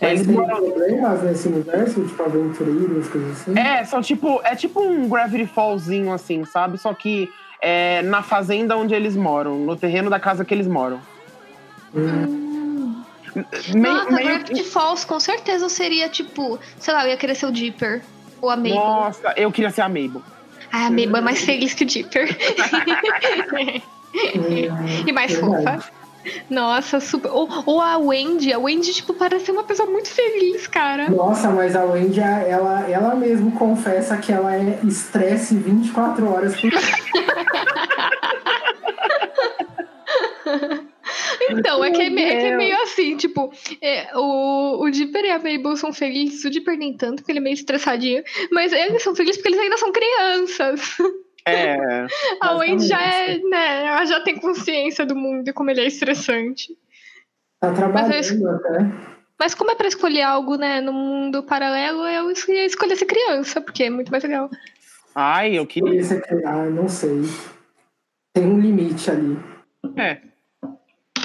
É,
Mas
eles
tem
moram-
problemas nesse universo, tipo aventureiros, coisas assim.
é, são tipo. É tipo um Gravity Fallzinho, assim, sabe? Só que é na fazenda onde eles moram, no terreno da casa que eles moram. Meio-
Hum. Nossa,
meio-
Gravity Falls com certeza eu seria tipo, sei lá, eu ia querer ser o Dipper. Ou a Mabel.
Nossa, eu queria ser a Mabel.
Ah, a Mabel é mais feliz que o Dipper. e mais
É, verdade.
fofa. Nossa, super. Ou, ou a Wendy. A Wendy, tipo, parece ser uma pessoa muito feliz, cara.
Nossa, mas a Wendy, ela, ela mesmo confessa que ela é estresse 24 horas por dia.
Então, é que é,
Meu
me- é que é
Deus.
meio assim, tipo, é, o, o Dipper e a Mabel são felizes, o Dipper nem tanto, porque ele é meio estressadinho, mas eles são felizes porque eles ainda são crianças.
É.
A Wendy já é, né, ela já tem consciência do mundo e como ele é estressante.
Tá
Mas
trabalhando até.
Mas como é pra escolher algo, né, no mundo paralelo, eu es- ia escolher ser criança, porque é muito mais legal.
Ai, eu queria.
Polícia criar, ah, não sei. Tem um limite ali.
É.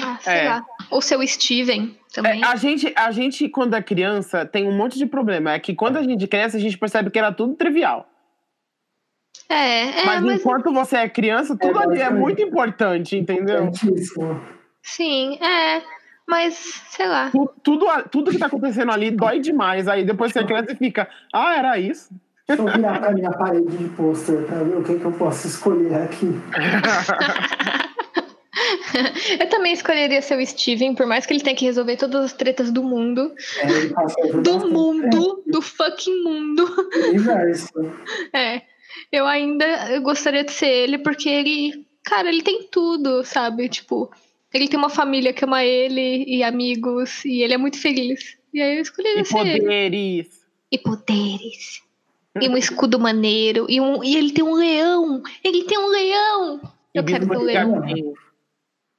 Ah, sei
É.
lá. Ou ser o Steven também.
É, a, gente, a gente, quando é criança, tem um monte de problema. É que quando a gente cresce, a gente percebe que era tudo trivial.
É, é,
mas,
mas
enquanto você é criança, tudo
É,
ali é
basicamente.
muito importante,
É.
entendeu?
Importantíssimo.
sim, é. Mas, sei lá.
Tu- Tudo, a- tudo que tá acontecendo ali dói demais. Aí depois você cresce e fica, ah, era isso?
Deixa eu virar pra minha parede de pôster pra ver o que, que eu posso escolher aqui.
Eu também escolheria ser o Steven, por mais que ele tenha que resolver todas as tretas do mundo.
É, ele passou por
Do
bastante
mundo!
é.
Do fucking mundo!
universo.
É. Eu ainda eu gostaria de ser ele, porque ele. Cara, ele tem tudo, sabe? Tipo, ele tem uma família que ama ele e amigos, e ele é muito feliz. E aí eu escolheria
E
ser ele.
poderes.
E poderes. E um escudo maneiro. E, um, e ele tem um leão. Ele tem um leão.
E assim,
Eu quero ter um
bispo de
leão.
gatinho.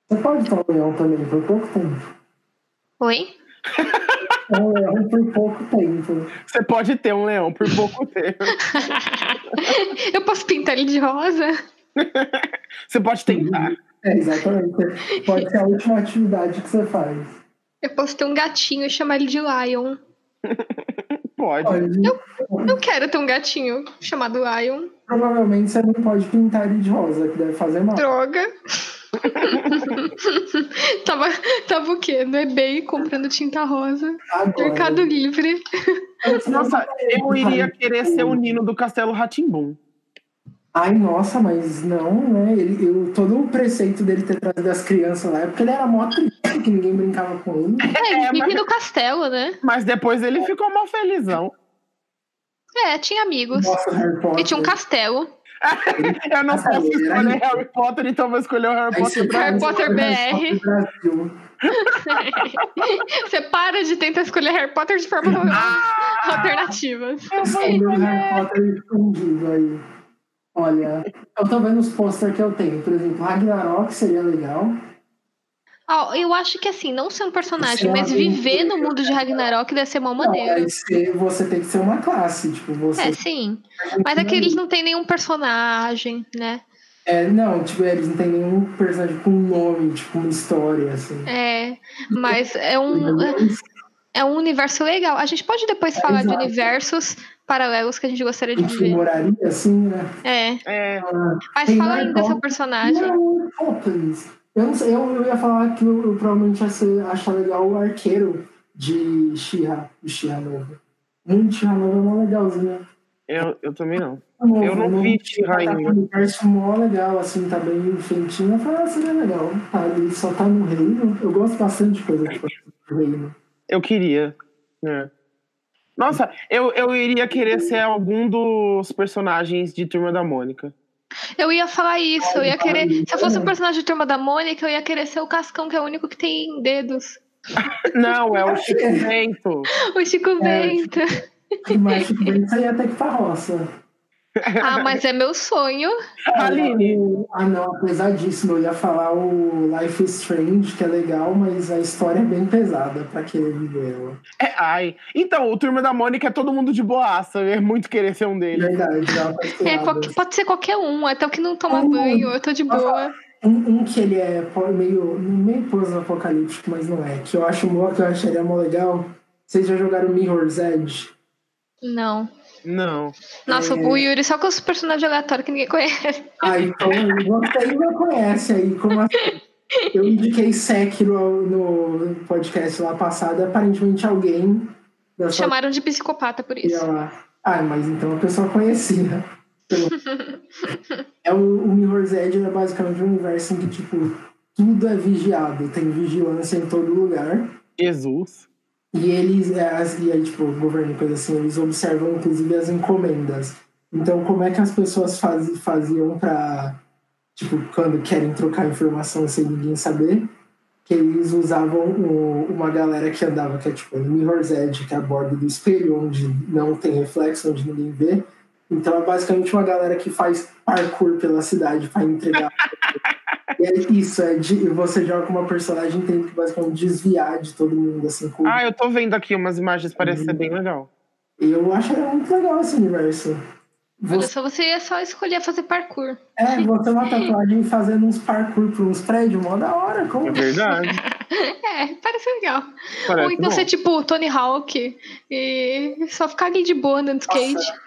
Você pode ter um leão também por pouco tempo.
Oi?
É um leão por pouco tempo.
Você pode ter um leão por pouco tempo.
Eu posso pintar ele de rosa?
Você pode tentar.
É, exatamente. Pode ser a última atividade que você faz.
Eu posso ter um gatinho e chamar ele de Lion.
Pode.
Pode.
Eu quero ter um gatinho chamado Lion.
Provavelmente você não pode pintar ele de rosa, que deve fazer mal.
Droga. tava, tava o quê? No eBay comprando tinta rosa.
Agora.
Mercado Livre.
Nossa, eu iria querer ser o Nino do Castelo Ratimbum.
Ai, nossa, mas não, né? Ele, eu, todo o preceito dele ter trazido as crianças lá é porque ele era mó triste, que ninguém brincava com ele.
É, ele
mas-
vive no castelo, né?
Mas depois ele ficou mal felizão.
É, tinha amigos.
Nossa, Harry Potter.
E tinha um castelo.
Eu não
Nossa,
posso
ele era
escolher
rico.
Harry Potter, então vou escolher o Harry
Aí
Potter.
você
pra-
Harry
vai
Potter
escolher Harry Potter Brasil.
Você para de tentar escolher Harry Potter de forma alternativa.
Escolheu
né?
Harry Potter escondido aí. Olha, eu tô vendo os posters que eu tenho. Por exemplo, Ragnarok seria legal.
Ó, eu acho que assim, não ser um personagem,
Ser
mas
uma
viver no mundo de Ragnarok deve ser mó
Não,
maneiro.
aí você, você tem que ser uma classe, tipo, você...
É, sim. Mas aqui eles não tem nenhum personagem, né?
É, não, tipo, eles não tem nenhum personagem com nome, tipo, uma história, assim.
É. Mas é um,
Uhum.
é um universo legal. A gente pode depois falar de
exato.
universos paralelos que a gente gostaria
A
de
gente
viver.
moraria assim, né?
É.
É,
Mas
Tem
fala
Mary
ainda dessa
Poppins.
personagem.
Não, Poppins. Eu, não sei, eu, eu ia falar que eu, eu provavelmente ia ser, achar legal o arqueiro de Shira, do Shira Novo. Muito Shira Novo é mó legalzinho. Tá
eu, eu também não.
Novo,
Eu não
novo,
vi
She-Ra
She-Ra
tá
ainda.
com um universo mó legal, assim, tá bem feitinho. Eu falei, ah, seria legal. Tá, ele só tá no reino. Eu gosto bastante de coisa que passa no reino.
Eu queria. né? Nossa, eu, eu iria querer ser algum dos personagens de Turma da Mônica.
Eu ia falar isso, eu ia querer. Se eu fosse um
Maravilha.
personagem de turma da Mônica, eu ia querer ser o Cascão, que é o único que tem dedos.
Não, é o Chico Bento.
O
É.
Chico Bento.
Mas, tipo, isso aí ia ter que ir pra roça.
Ah, mas é meu sonho.
Aline,
Ah, não, apesar disso, eu ia falar o Life is Strange, que é legal, mas a história é bem pesada pra querer viver ela.
É, ai. Então, o Turma da Mônica é todo mundo de boaça. Eu ia muito querer ser um deles.
Verdade, dá uma
É,
passeada.
qualquer- pode ser qualquer um, até o que não toma
Todo
banho,
mundo.
eu tô de boa.
um, um que ele é po- meio, meio pós-apocalíptico, mas não é, que eu acho mó, que eu acharia mó legal. Vocês já jogaram Mirror's Edge?
Não.
Não.
Nossa,
É.
o Yuri só com os personagens aleatórios que ninguém conhece.
Ah, então você aí não conhece aí, como assim? Eu indiquei Sekiro no podcast lá passado, aparentemente alguém da sua
Chamaram de psicopata por
E
isso.
ela, ah, mas então a pessoa conhecia. Pelo- é o, o Mirror's Edge é basicamente um universo em que, tipo, tudo é vigiado, tem vigilância em todo lugar.
Jesus.
E eles, é, as- e aí, tipo, o governo e coisa assim, eles observam inclusive as encomendas. Então, como é que as pessoas faz, faziam pra, tipo, quando querem trocar informação sem ninguém saber? Que eles usavam o- uma galera que andava, que é tipo no Mirror's Edge, que é a borda do espelho, onde não tem reflexo, onde ninguém vê. Então, é basicamente uma galera que faz parkour pela cidade pra entregar. e é isso, é de, você joga com uma personagem tem que basicamente desviar de todo mundo, assim, com
Ah, eu tô vendo aqui umas imagens, parece ser bem legal.
eu acho é muito legal esse universo.
Olha
Você,
só, você ia só escolher fazer parkour.
é, você uma tatuagem fazendo uns parkour por uns prédios, mó da hora. Como...
É verdade.
É, parece legal.
Parece
Ou então
bom.
ser tipo Tony Hawk e só ficar ali de boa andando de skate.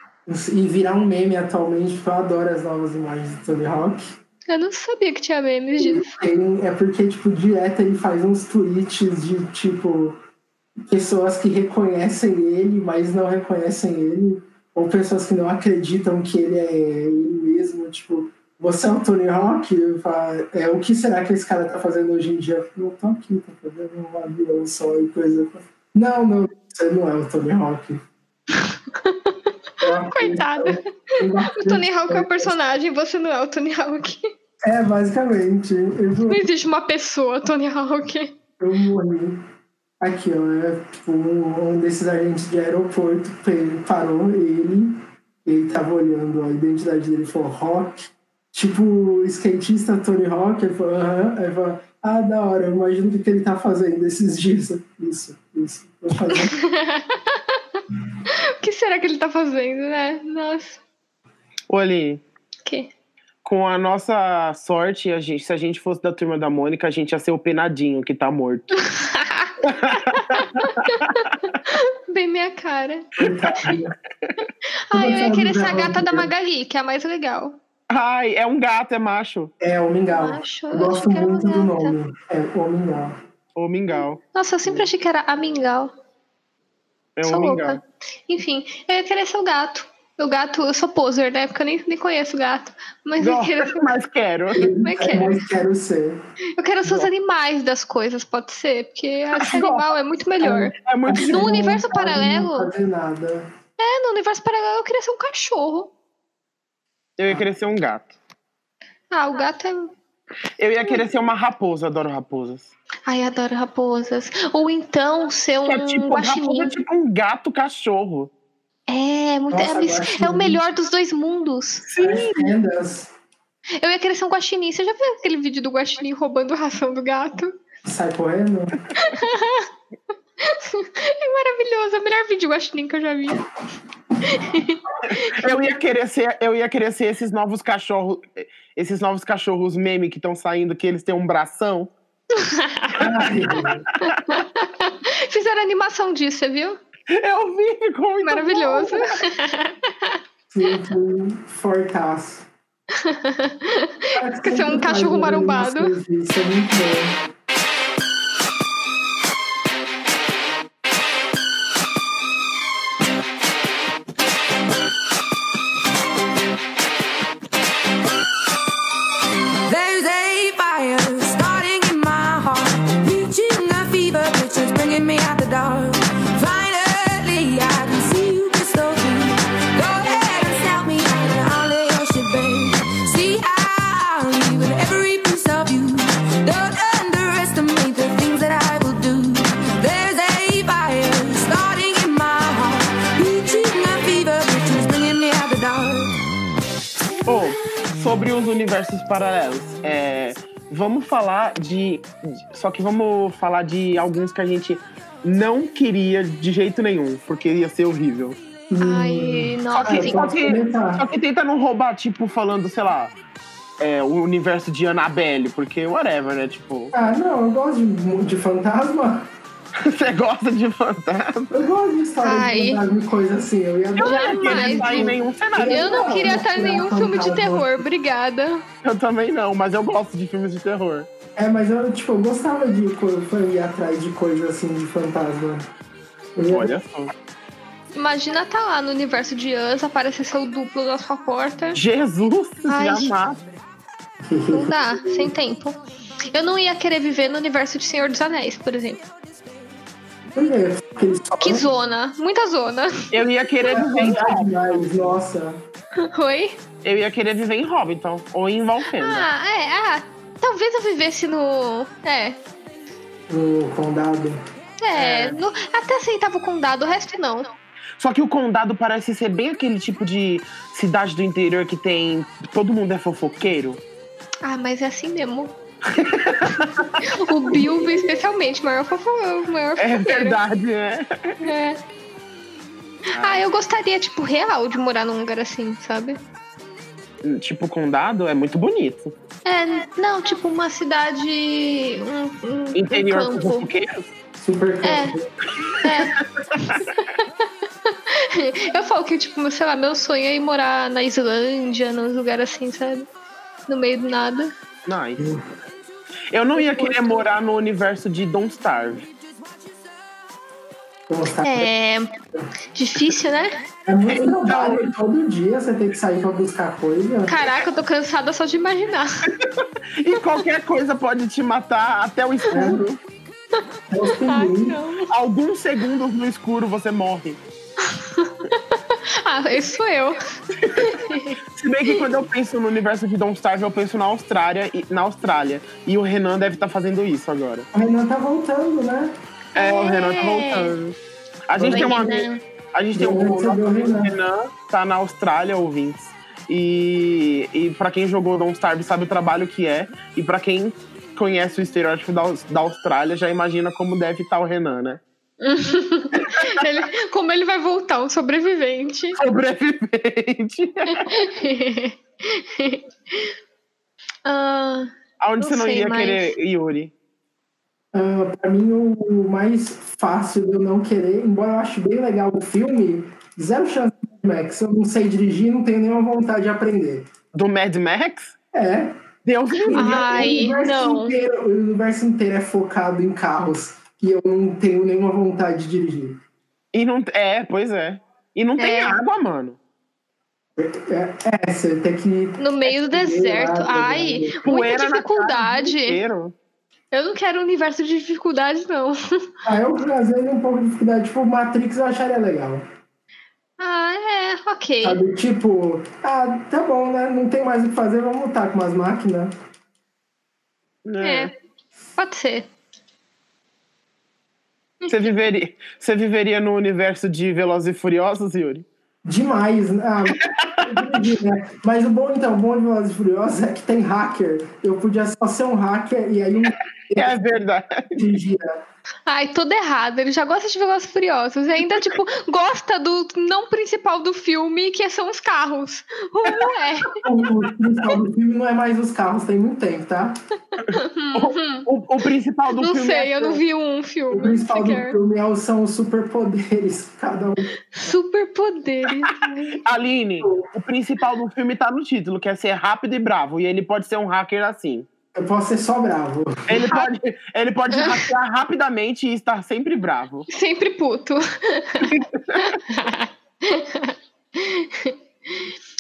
E virar um meme atualmente, porque eu adoro as novas imagens do Tony Hawk.
Eu não sabia que tinha memes disso.
Tem- é porque, tipo, direto ele faz uns tweets de, tipo, pessoas que reconhecem ele, mas não reconhecem ele, ou pessoas que não acreditam que ele é ele mesmo, tipo, você é o Tony Hawk? Eu falo, É, o que será que esse cara tá fazendo hoje em dia? Eu falo, Não, tô aqui, tô fazendo uma avião só e coisa. Não, não, você não é o Tony Hawk.
Coitado.
um
O Tony Hawk é o personagem, você não é o Tony Hawk.
É, basicamente. Eu vou-
Não existe uma pessoa, Tony Hawk.
Eu morri. Aqui, ó, é, tipo, um, um desses agentes de aeroporto pe- parou ele, ele tava olhando a identidade dele, falou rock, tipo o skatista Tony Hawk, ele falou, aham, aí ele falou, ah, da hora, eu imagino o que, que ele tá fazendo esses dias. Isso, isso, vou fazer.
O que será que ele tá fazendo, né? Nossa,
Ô, Aline,
que.
com a nossa sorte, a gente, se a gente fosse da Turma da Mônica, a gente ia ser o penadinho que tá morto.
Bem minha cara.
Coitadinho.
Ai, eu ia querer ser a
Não,
gata da
não.
Magali, que é a mais legal.
Ai, é um gato, é macho.
É, o Mingau.
Acho,
Eu
eu acho
gosto
que era uma
muito do
gata.
nome. É, o Mingau.
Ou mingau.
Nossa, eu sempre achei que era a Mingau.
É
sou
um mingau.
louca. Enfim, eu ia querer ser o gato. O gato, eu sou poser, né? Porque eu nem, nem conheço o gato. Mas eu queria ser
Gosto, mas quero.
Como é que é?
Mas quero ser.
Eu quero ser os animais das coisas, pode ser, porque acho que animal é muito melhor.
Ah, É muito
Num
difícil.
universo
Não
paralelo,
fazer nada.
É, no universo paralelo eu queria ser um cachorro.
Eu ia querer ser um gato.
Ah, o gato é.
Eu ia querer ser uma raposa, adoro raposas.
Ai, adoro raposas. Ou então ser um
Que é tipo, raposa
guaxinim.
é tipo um gato cachorro.
É, muito, é,
Nossa,
abs-
guaxinim.
é o melhor dos dois mundos.
As fendas
Eu ia querer ser um guaxinim. Você já viu aquele vídeo do guaxinim roubando a ração do gato?
sai correndo.
É maravilhoso, é o melhor vídeo de guaxinim que eu já vi.
Eu ia querer ser, eu ia querer ser esses novos cachorros, esses novos cachorros meme que estão saindo, que eles têm um bração.
Ai,
Fizeram animação disso, você viu?
Eu vi, ficou muito
Maravilhoso.
bom.
tipo, fortaço.
Quer ser um cachorro marombado.
Isso é muito bom.
There's a fire starting in my heart, reaching a fever pitch that's bringing me out the dark. Finally, I can see you crystal clear. Go ahead and sell me out, and I'll lay your shit bare. See, I'll leave with every piece of you. Don't underestimate the things that I will do. There's a fire starting in my heart, reaching a fever pitch that's bringing me out the dark.
Ô, sobre os universos paralelos, é, vamos falar de, de- Só que vamos falar de alguns que a gente não queria de jeito nenhum, porque ia ser horrível.
Ai,
Hum. Só
nossa.
que,
sim.
só, que,
Ah, comentar.
só que tenta não roubar, tipo, falando, sei lá, é, o universo de Annabelle, porque whatever, né? Tipo,
Ah, não, eu gosto de, de fantasma.
você gosta de fantasma.
Eu gosto de história
Ai.
de fantasma e coisa assim. Eu ia
Eu não
Jamais.
queria estar em nenhum cenário.
É, Eu não queria estar em nenhum filme de terror, obrigada.
Eu também não, mas eu gosto de filmes de terror.
É, mas eu, tipo, eu gostava de quando eu ia atrás de coisa assim de fantasma. Eu ia-
Olha só.
Imagina tá lá no universo de Us, aparecer seu duplo na sua porta.
Jesus,
Ai.
jamais.
Não dá, sem tempo. Eu não ia querer viver no universo de Senhor dos Anéis, por exemplo.
Por quê? Porque eles falam
Que zona, muita zona.
Eu ia querer viver em
"Ah,
Hobbit.
demais, nossa.
Oi?
Eu ia querer viver em Hobbiton ou em Valfenda.
Ah, é, ah. Talvez eu vivesse no. É.
No condado.
É,
É.
no- até aceitava o condado, o resto não.
Só que o condado parece ser bem aquele tipo de cidade do interior que tem. Todo mundo é fofoqueiro.
Ah, mas é assim mesmo. o Bilbo, especialmente, maior fofo, maior
É
fofoqueiro.
verdade, né?
É. Ah, eu gostaria, tipo, real de morar num lugar assim, sabe?
Tipo, o condado é muito bonito.
É, não, tipo, uma cidade. Um, um- um
Interior com
campo.
fofoqueiros.
Super
É.
campo.
Eu falo que, tipo, meu- sei lá, meu sonho é ir morar na Islândia, num lugar assim, sabe? No meio do nada.
Nice. Eu não ia querer morar no universo de Don't Starve.
Nossa, é.
É. Difícil, né?
muito trabalho. Todo dia você tem que sair pra buscar coisa.
Caraca, eu tô cansada só de imaginar.
E qualquer coisa pode te matar até o escuro.
É os
Ai,
pinguins.
não.
Alguns segundos no escuro você morre.
Ah, esse sou eu.
Se bem que quando eu penso no universo de Don't Starve, eu penso na Austrália e na Austrália. E o Renan deve estar fazendo isso agora.
O Renan tá voltando, né?
É, o Renan tá
É.
voltando. A gente
Oi,
tem um
Renan.
amigo. A gente tem um
Renan,
nosso
cadê o
amigo
Renan?
Renan, tá na Austrália, ouvintes. E, e para quem jogou Don't Starve sabe o trabalho que é. E pra quem conhece o estereótipo da, Aus- da Austrália, já imagina como deve estar o Renan, né?
Ele- como ele vai voltar, um sobrevivente.
Sobrevivente.
Ah,
Aonde
Não
você não
sei
ia
mais.
querer, Yuri?
Ah, pra mim, o o mais fácil de eu não querer, embora eu ache bem legal o filme, zero chance de Mad Max. Eu não sei dirigir, não tenho nenhuma vontade de aprender.
Do Mad Max?
É.
Deus
Ah,
me livre.
ai,
o universo
não.
Inteiro, o universo inteiro é focado em carros e eu não tenho nenhuma vontade de dirigir.
E não é, pois é. E não tem
É.
água, mano.
É, é você tem que.
No meio do
É,
deserto. Ai, muita
Poeira na cara né? o dia
dificuldade.
inteiro.
Eu não quero um universo de dificuldade, não.
Ah, eu, às vezes, um pouco de dificuldade. Tipo, Matrix eu acharia legal.
Ah, é, ok.
Sabe? Tipo, ah, tá bom, né? Não tem mais o que fazer, vamos lutar com umas máquinas.
É.
né?
Pode ser.
Você viveria, você viveria no universo de Velozes e Furiosos, Yuri?
Demais, né? Ah, eu entendi, né? Mas o bom, então, o bom de Velozes e Furiosos é que tem hacker. Eu podia só ser um hacker e aí um né?
É verdade.
atingia.
Ai, tudo errado. Ele já gosta de Velozes e Furiosos. E ainda, tipo, gosta do não principal do filme, que são os carros. Como é?
O, o principal do filme não é mais os carros, tem muito tempo, tá?
O, o principal do
Hum. Não
filme
sei,
é
eu não vi um filme.
O principal do
sequer.
filme é o- são os superpoderes. Cada um
Superpoderes. né?
Aline, o principal do filme tá no título, que é ser rápido e bravo. E ele pode ser um hacker assim.
Eu posso ser só bravo.
Ele pode, ele pode hackear rapidamente e estar sempre bravo.
Sempre puto.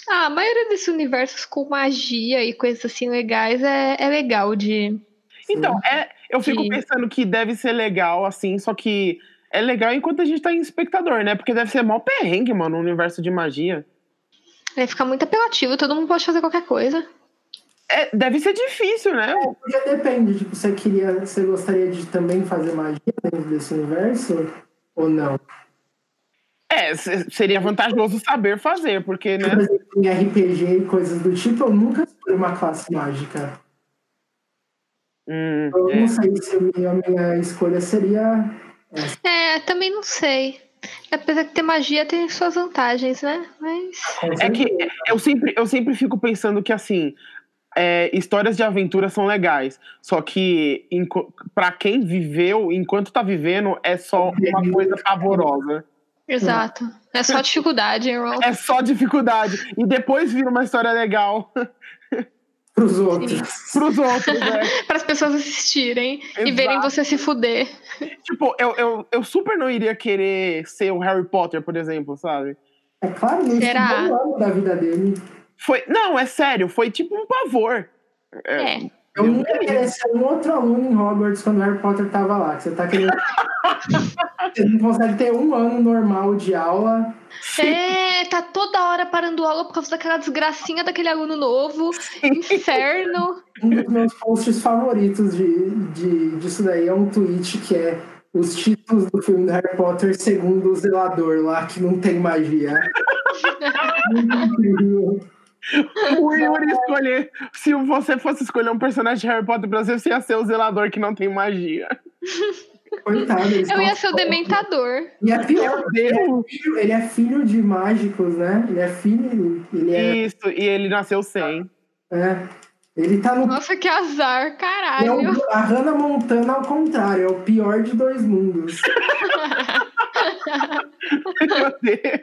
ah, a maioria desses universos com magia e coisas assim legais é, é legal de.
Então, é, eu fico
Sim.
pensando que deve ser legal, assim, só que é legal enquanto a gente tá em espectador, né? Porque deve ser mó perrengue, mano, o universo de magia.
É ficar muito apelativo, todo mundo pode fazer qualquer coisa.
É, deve ser difícil, né?
Porque depende, tipo, você queria, você gostaria de também fazer magia dentro desse universo ou não?
É, se- seria vantajoso saber fazer, porque,
Por
né?
exemplo, em RPG e coisas do tipo, eu nunca fui uma classe mágica.
Hum,
Eu
é.
não sei se a minha, a minha escolha seria.
É, também não sei. Apesar que ter magia tem suas vantagens, né? Mas.
É que eu sempre, eu sempre fico pensando que, assim, é, histórias de aventura são legais. Só que, enqu- pra quem viveu, enquanto tá vivendo, é só uma coisa pavorosa.
Exato. É só dificuldade, irmão.
É só dificuldade. E depois vira uma história legal
Para os outros.
pros outros, né?
Para as pessoas assistirem e verem
Exato.
você se fuder.
Tipo, eu, eu, eu super não iria querer ser o Harry Potter, por exemplo, sabe?
É claro, no
Será?
segundo ano da vida dele.
Foi, não, é sério, foi tipo um pavor.
É.
Eu
Meu
nunca queria ser um outro aluno em Hogwarts quando o Harry Potter tava lá. Que você tá querendo. você não consegue ter um ano normal de aula.
É, tá toda hora parando aula por causa daquela desgracinha daquele aluno novo. Inferno.
Um dos meus posts favoritos de, de, disso daí é um tweet que é os títulos do filme do Harry Potter segundo o zelador lá, que não tem magia. Muito incrível.
O Yuri escolher. Se você fosse escolher um personagem de Harry Potter Brasil, você ia ser o zelador que não tem magia.
Coitado, eles
Eu ia
não-
ser o dementador.
E é pior,
Deus!
ele é filho de mágicos, né? Ele é filho. Ele é.
Isso, e ele nasceu sem.
é. ele tá no.
Nossa, que azar,
é o-
caralho.
a Hannah Montana ao contrário, é o pior de dois mundos.
Meu Deus.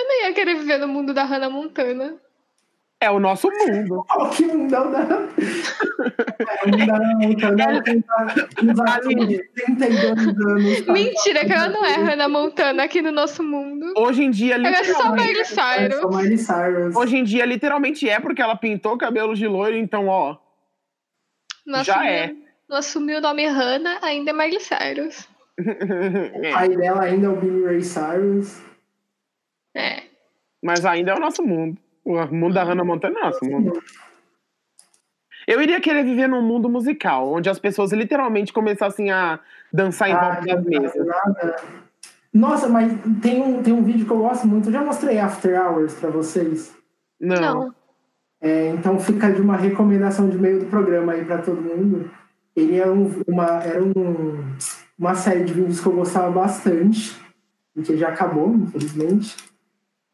Eu não ia querer viver no mundo da Hannah Montana.
É o nosso mundo.
Olha que mundão da. É, o mundão da Montana ela tem uns atos de 32 anos. tá?
Mentira, que ela não é Hannah Montana aqui no nosso mundo.
Hoje em dia,
Ela é só
literalmente.
Miley
É só
Cyrus.
Miley Cyrus.
Hoje em dia, literalmente é, porque ela pintou cabelos de loiro, então, ó.
Não
já
assumiu-
é.
Não assumiu o nome Hannah, ainda é Miley Cyrus.
O
É,
pai dela ainda é o Billy Ray Cyrus.
É.
mas ainda é o nosso mundo. O mundo da Hannah Montana é nosso mundo. Eu iria querer viver num mundo musical, onde as pessoas literalmente começassem a dançar Tá em volta
Ah,
das mesas.
nada. tá, Nossa, mas tem um, tem um vídeo que eu gosto muito. Eu já mostrei After Hours pra vocês.
Não.
Não.
É, então fica de uma recomendação de meio do programa aí pra todo mundo. Ele é um- uma, era um- uma série de vídeos que eu gostava bastante, porque já acabou, infelizmente.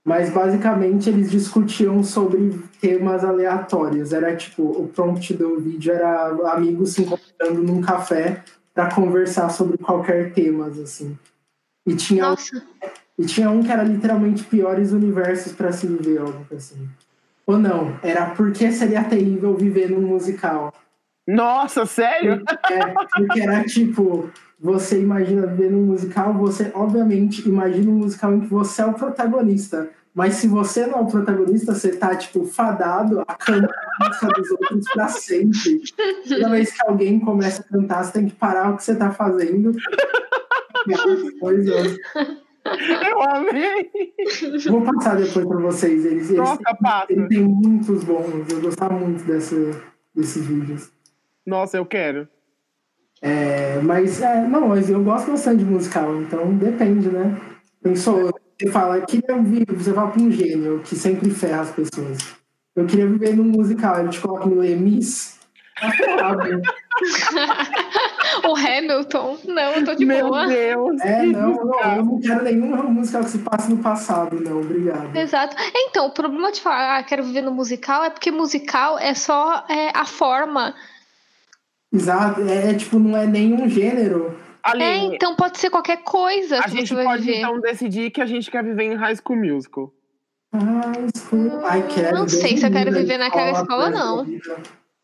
Mas basicamente eles discutiam sobre temas aleatórios. Era tipo, o prompt do vídeo era amigos se encontrando num café pra conversar sobre qualquer tema, assim. E tinha,
Nossa.
e tinha um que era literalmente piores universos pra se viver, algo assim. Ou não, era porque seria terrível viver num musical.
Nossa, sério?
É, porque era tipo, você imagina viver num musical, você obviamente imagina um musical em que você é o protagonista. Mas se você não é o protagonista, você tá, tipo, fadado a cantar a música dos outros pra sempre. Toda vez que alguém É, começa a cantar, você tem que parar o que você tá fazendo. Coisas.
Eu amei!
Vou passar depois pra vocês. Eles, eles
Nossa, passa.
Ele tem muitos bons. Eu gostava muito dessa, desses vídeos.
Nossa, eu quero.
É, mas, é, não, mas eu gosto bastante de musical, então depende, né? Pensou, você fala, queria viver, você fala pra um gênio que sempre ferra as pessoas. Eu queria viver num musical, ele te coloca no Lemis. Tá ferrado.
O Hamilton. Não, eu tô de
Meu
boa.
Deus!
É,
que
não, não,
musical.
eu não quero nenhum musical que se passe no passado, não, obrigado.
Exato. Então, o problema de falar, ah, quero viver no musical, é porque musical é só é, a forma.
Exato, é, é tipo, não é nenhum gênero.
É,
Aline,
então pode ser qualquer coisa
a
que
gente
você vai
pode
viver.
então decidir que a gente quer viver em High School Musical.
Ai, escola, Ah, ai, quero.
Hum, não
Deus
sei se eu
me
quero
livre,
viver naquela escola,
Deus
não.
me livre.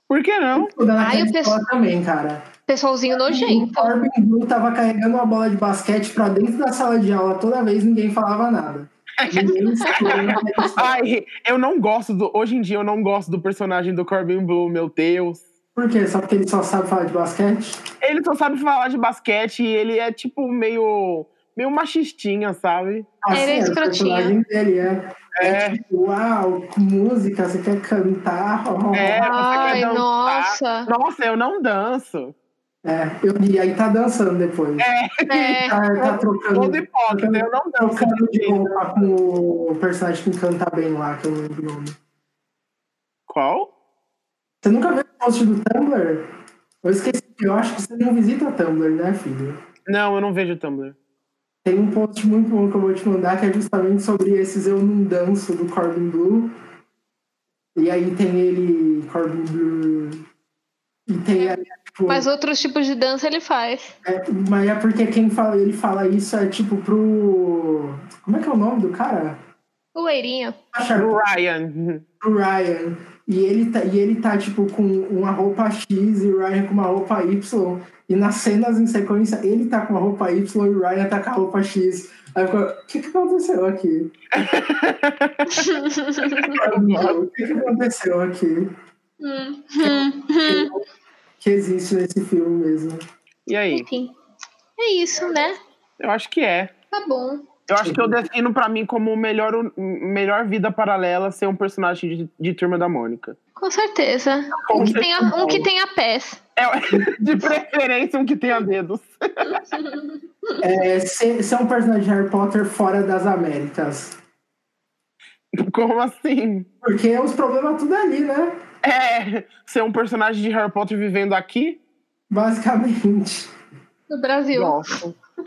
Por que não?
Pô,
Ai,
Naquela
eu
escola
penso-
também, cara.
Pessoalzinho nojento.
O Corbin Blue tava carregando uma bola de basquete pra dentro da sala de aula toda vez ninguém falava nada.
Então.
Ninguém escolheu.
Ai, eu não gosto do. Hoje em dia eu não gosto do personagem do Corbin Blue, meu Deus.
Por quê? Só porque ele só sabe falar de basquete?
Ele só sabe falar de basquete e ele é tipo meio. meio machistinha, sabe?
Ah,
Ele é
sim, o
escrotinho.
personagem dele, é.
É.
tipo, uau, com música, você quer cantar?
É, você
Ai,
quer dançar?
nossa.
tipo, Nossa, eu não danço.
É, eu, e aí tá dançando depois.
É,
Tá, tá trocando.
Todo hipócrita, eu não danço.
Trocando de
desse jeito.
roupa com o personagem que canta bem lá, que eu não lembro o nome.
Qual?
Você nunca viu o post do Tumblr? Eu esqueci, eu acho que você não visita Tumblr, né, filho?
Não, eu não vejo o Tumblr.
Tem um post muito bom que eu vou te mandar que é justamente sobre esses Eu Não Danço do Corbin Blue. E aí tem ele, Corbin Blue. E tem aí, tipo,
mas outros tipos de dança ele faz.
é, mas é porque quem fala, ele fala isso é tipo pro. Como é que é o nome do cara?
O Leirinho.
Sacha
O Ryan.
pro Ryan. E ele, tá, e ele tá, tipo, com uma roupa X e o Ryan com uma roupa Y. E nas cenas em sequência, ele tá com uma roupa Y e o Ryan tá com a roupa X. Aí ficou, o que que aconteceu aqui? O que que aconteceu aqui?
Hum,
Que existe nesse filme mesmo.
E aí?
Enfim. É isso, né?
Eu acho que é.
Tá bom.
Eu acho que eu defino pra mim como o melhor, o melhor vida paralela ser um personagem de, de Turma da Mônica.
Com certeza.
Com
Um que tenha,
certeza.
um que tenha pés.
É, de preferência um que tenha dedos.
É, ser, ser um personagem de Harry Potter fora das Américas.
Como assim?
Porque os problemas tudo ali, né?
É, ser um personagem de Harry Potter vivendo aqui?
Basicamente.
No Brasil.
Gosto.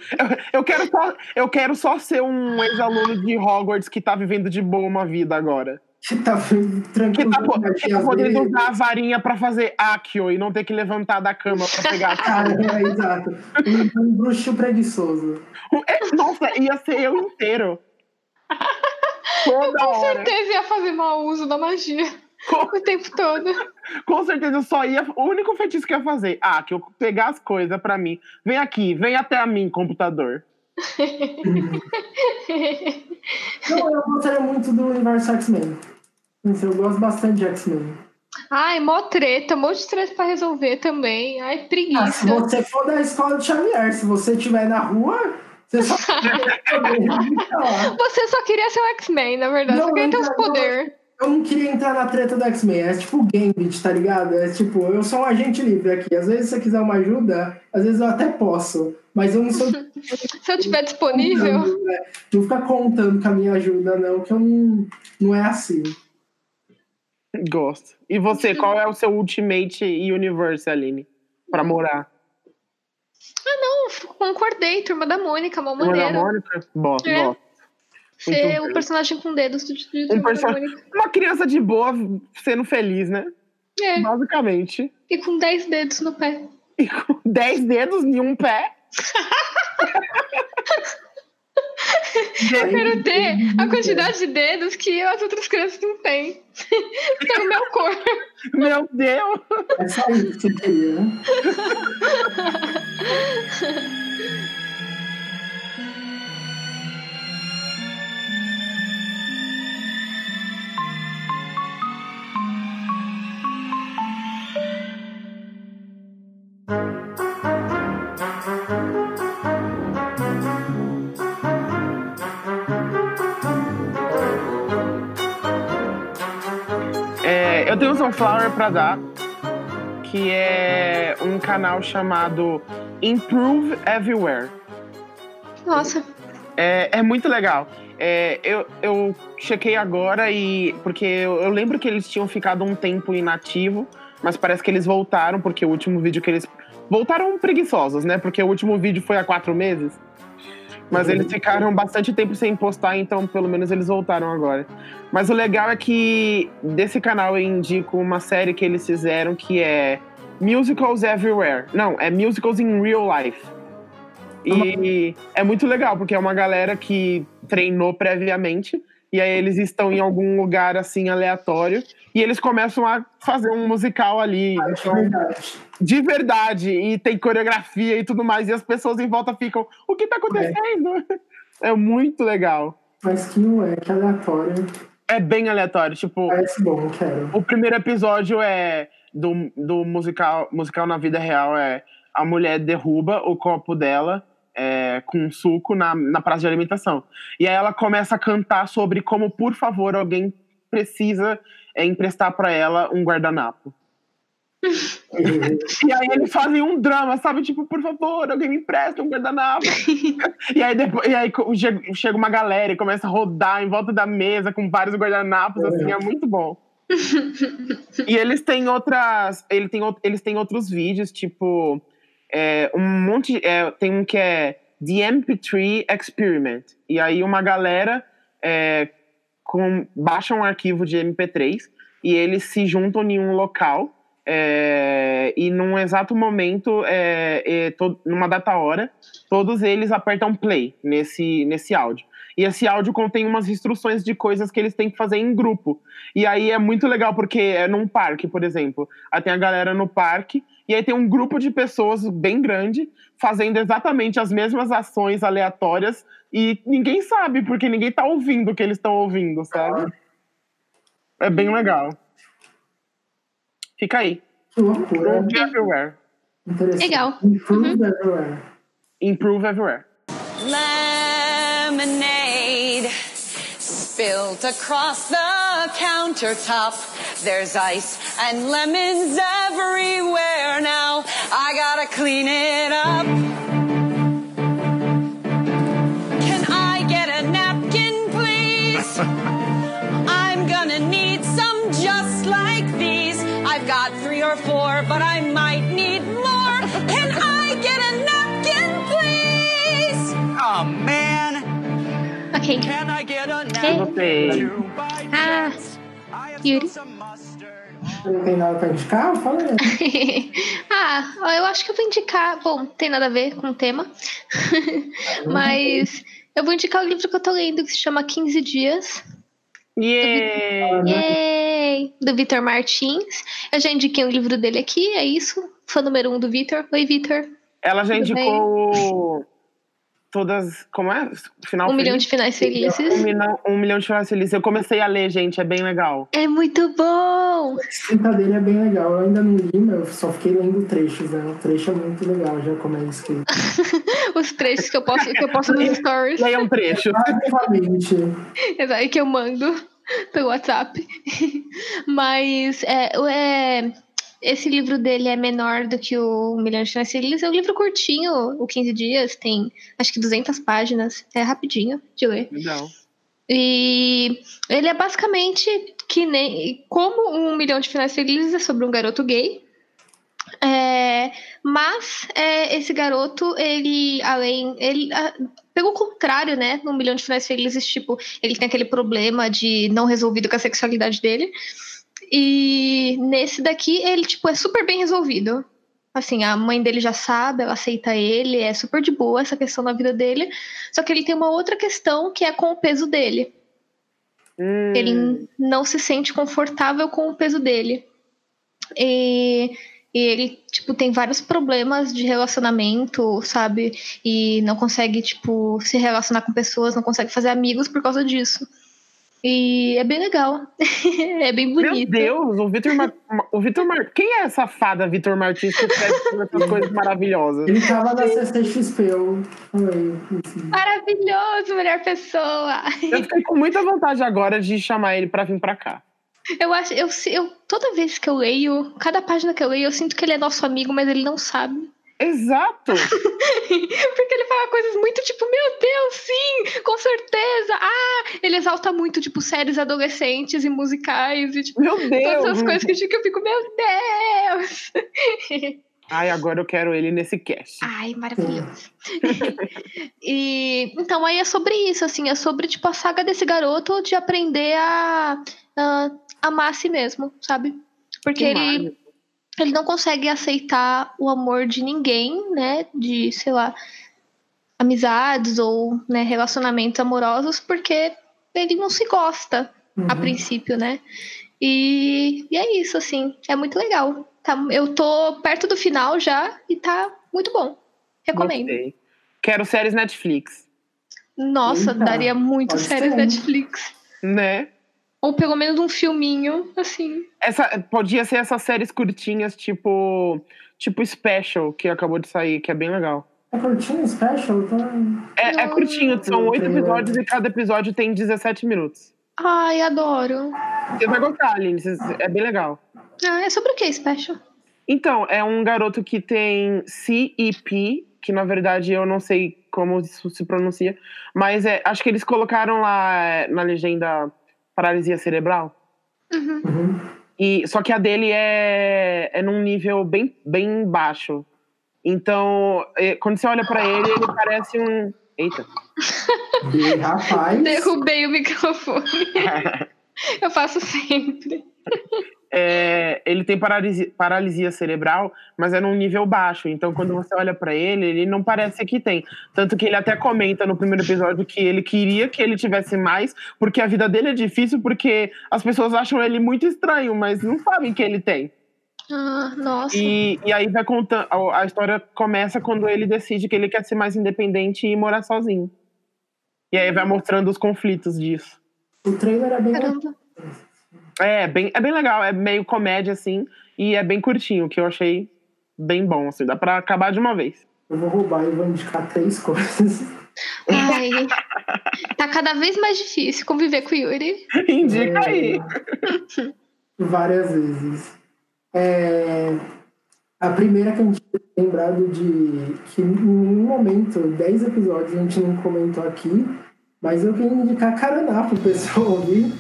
Eu, eu quero só, eu quero só ser um ex-aluno de Hogwarts que tá vivendo de boa uma vida agora.
Que tá
Que
tranquilo. né?
tá,
Uhum.
po-
com as
que tá
tias
podendo
dele.
usar a varinha pra fazer Akio e não ter que levantar da cama pra pegar a
Cara, é, exato. Um, um bruxo preguiçoso.
É, Nossa, ia ser eu inteiro. Toda
Com
hora.
certeza ia fazer mau uso da magia.
Com-
O tempo todo.
Com certeza eu só ia. O único feitiço que eu ia fazer. Ah, que eu pegar as coisas pra mim. Vem aqui, vem até a mim, computador.
Não, eu gostaria muito do universo X-Men. Assim, Eu gosto bastante de X-Men.
Ai, mó treta, um monte de treta pra resolver também. Ai,
Ah, se
preguiça.
você for da escola de Xavier, se você estiver na rua, você só Fica lá.
Você só queria ser o X-Men, na verdade.
Não,
só queria ter os
não,
poder.
Eu não queria entrar na treta do X-Men. É tipo o Gambit, tá ligado? É tipo, eu sou um agente livre aqui. Às vezes, se você quiser uma ajuda, às vezes eu até posso. Mas eu não sou
Se eu tiver disponível.
contando, né? Não fica contando com a minha ajuda, não, que eu não, não é assim.
Gosto. E você, qual é o seu Ultimate Universe, Aline? Pra morar?
Não, f- concordei, turma da Mônica, mó
Turma da
maneira.
Mônica? Gosto,
É.
gosto.
Ser
bem.
um personagem com dedos do, do
Um
turma da
person-
Mônica.
Uma criança de boa sendo feliz, né?
É,
Basicamente.
e com 10 dedos no pé.
E com 10 dedos em um pé.
Eu quero ter a quantidade de dedos que as outras crianças não têm. Pelo meu corpo.
Meu Deus!
É só isso que você queria, né?
Eu tenho um Sunflower pra dar, que é um canal chamado Improve Everywhere.
Nossa.
É, é muito legal. É, eu, eu chequei agora e. Porque eu, eu lembro que eles tinham ficado um tempo inativo, mas parece que eles voltaram, porque o último vídeo que eles. Voltaram preguiçosos, né? Porque o último vídeo foi há quatro meses. Mas eles ficaram bastante tempo sem postar, então pelo menos eles voltaram agora. Mas o legal é que desse canal eu indico uma série que eles fizeram que é Musicals Everywhere. Não, é Musicals in Real Life. E é muito legal, porque é uma galera que treinou previamente. E aí eles estão em algum lugar assim aleatório. E eles começam a fazer um musical ali.
Acho
Então,
É verdade.
de verdade. E tem coreografia e tudo mais. E as pessoas em volta ficam, o que tá acontecendo? É muito legal.
Mas que não é, que é aleatório.
É bem aleatório. Tipo,
Parece bom, quero.
o primeiro episódio é do, do musical, musical na vida real é a mulher derruba o copo dela é, com suco na, na praça de alimentação. E aí ela começa a cantar sobre como, por favor, alguém precisa é, emprestar para ela um guardanapo. E aí eles fazem um drama, sabe? Tipo, por favor, alguém me empresta um guardanapo. e aí, depois, e aí co- che- chega uma galera e começa a rodar em volta da mesa com vários guardanapos, assim, é muito bom. e eles têm outras. Ele tem, out- eles têm outros vídeos, tipo. é, um monte. é, tem um que é The MP3 Experiment. E aí uma galera é, com, baixa um arquivo de MP3 e eles se juntam em um local. é, e num exato momento, é, é, to- numa data hora, todos eles apertam play nesse, nesse áudio. E esse áudio contém umas instruções de coisas que eles têm que fazer em grupo. E aí é muito legal, porque é num parque, por exemplo. Aí tem a galera no parque, e aí tem um grupo de pessoas bem grande, fazendo exatamente as mesmas ações aleatórias, e ninguém sabe, porque ninguém tá ouvindo o que eles estão ouvindo, sabe? É bem legal. Fica aí.
Que loucura.
Improve everywhere.
Interessante.
Legal. Uhum.
Improve everywhere.
Improve everywhere.
Lemonade spilt across the countertop. There's ice and lemons everywhere now. I gotta clean it up. Can I get a napkin, please? I'm gonna need some just like these. I've got three or four, but I might need more. Can I get a napkin, please?
Oh man,
Ok.
can I get a
Hey.
Gostei.
napkin by
Ah,
chance? I have
Yuri.
some mustard on
Não tem nada pra indicar? Fala aí.
ah, ó, eu acho que eu vou indicar. Bom, tem nada a ver com o tema. Mas eu vou indicar o livro que eu tô lendo, que se chama 15 Dias.
Yeah.
Ah, né?
É. Yay! Do Vitor Martins. Eu já indiquei o livro dele aqui, é isso. Fã número um do Vitor. Oi, Vitor.
Ela já
Tudo
indicou o- todas. Como é? Final
Um milhão
feliz?
de finais felizes.
Um milhão, um milhão de finais felizes. Eu comecei a ler, gente, é bem legal.
É muito bom!
brincadeira é bem legal. Eu ainda não li, mas eu só fiquei lendo trechos, né? O trecho é muito legal, já como é escrito.
Os trechos que eu posso, que eu posto nos stories.
Leia um trecho.
Basicamente,
Exato, É que eu mando pelo WhatsApp. Mas é, o- é, esse livro dele é menor do que o Milhão de Finais Felizes. É um livro curtinho, o 15 dias, tem acho que 200 páginas. É rapidinho de ler.
Não.
E ele é basicamente que nem como um milhão de finais felizes é sobre um garoto gay. É, mas é, esse garoto, ele além, ele ah, pelo contrário, né, no milhão de finais felizes, tipo, ele tem aquele problema de não resolvido com a sexualidade dele. E nesse daqui, ele tipo é super bem resolvido. Assim, a mãe dele já sabe, ela aceita ele, é super de boa essa questão na vida dele. Só que ele tem uma outra questão que é com o peso dele.
Hum,
Ele não se sente confortável com o peso dele. E, e ele, tipo, tem vários problemas de relacionamento, sabe? E não consegue, tipo, se relacionar com pessoas, não consegue fazer amigos por causa disso. E é bem legal. é bem
Meu
bonito.
Deus, o Vitor Mar... o Vitor Mar... Quem é essa fada Vitor Martins que escreve essas coisas maravilhosas?
ele tava na CCXP, eu falei. assim,
Maravilhoso, melhor pessoa.
Eu fiquei com muita vontade agora de chamar ele pra vir pra cá.
Eu acho, eu, se- eu toda vez que eu leio, cada página que eu leio, eu sinto que ele é nosso amigo, mas ele não sabe.
Exato!
Porque ele fala coisas muito tipo, meu Deus, sim, com certeza. Ah, ele exalta muito tipo séries adolescentes e musicais e tipo
Meu
todas
Deus!
as coisas que eu fico, eu fico, meu Deus.
Ai, agora eu quero ele nesse cast.
Ai, maravilhoso. e então aí é sobre isso, assim, é sobre tipo a saga desse garoto de aprender a, a amar a si mesmo, sabe? Porque
Que
ele
maravilha.
ele não consegue aceitar o amor de ninguém, né? De, sei lá, amizades ou né, relacionamentos amorosos, porque ele não se gosta
uhum.
a princípio, né? E, e é isso, assim, é muito legal. Tá, eu tô perto do final já e tá muito bom. Recomendo.
Gostei. Quero séries Netflix,
Nossa,
Eita,
daria muito
pode
séries
ser. um.
Netflix.
né?
Ou pelo menos um filminho, assim.
Essa, podia ser essas séries curtinhas, tipo, tipo Special, que acabou de sair, que é bem legal.
É curtinho, special, tá?
É, é
Não.
curtinho, são oito
Entendi.
episódios e cada episódio tem 17 minutos.
Ai, adoro.
Você vai gostar, Aline, vocês- é bem legal.
Ah, é sobre o que, Special?
Então, é um garoto que tem CEP, que na verdade eu não sei como isso se pronuncia, mas é, acho que eles colocaram lá é, na legenda paralisia cerebral.
Uhum.
E só que a dele é, é num nível bem, bem baixo. Então, é, quando você olha pra ele, ele parece um. Eita!
E, rapaz.
Derrubei o microfone. Eu faço sempre.
É, ele tem paralisia, paralisia cerebral, mas é num nível baixo. Então, quando você olha pra ele, ele não parece que tem. Tanto que ele até comenta no primeiro episódio que ele queria que ele tivesse mais, porque a vida dele é difícil, porque as pessoas acham ele muito estranho, mas não sabem que ele tem.
Ah, nossa.
E, e aí vai contando. A a história começa quando ele decide que ele quer ser mais independente e morar sozinho. E aí vai mostrando os conflitos disso.
O trailer é bem.
Caramba.
É bem, é bem legal, é meio comédia, assim, e é bem curtinho, que eu achei bem bom, assim, dá pra acabar de uma vez.
Eu vou roubar e vou indicar três coisas.
Ai. Tá cada vez mais difícil conviver com o Yuri.
Indica aí.
Várias vezes. É, a primeira que a gente tem lembrado de que em nenhum momento, 10 episódios, a gente não comentou aqui, mas eu queria indicar Caraná pro pessoal ouvir,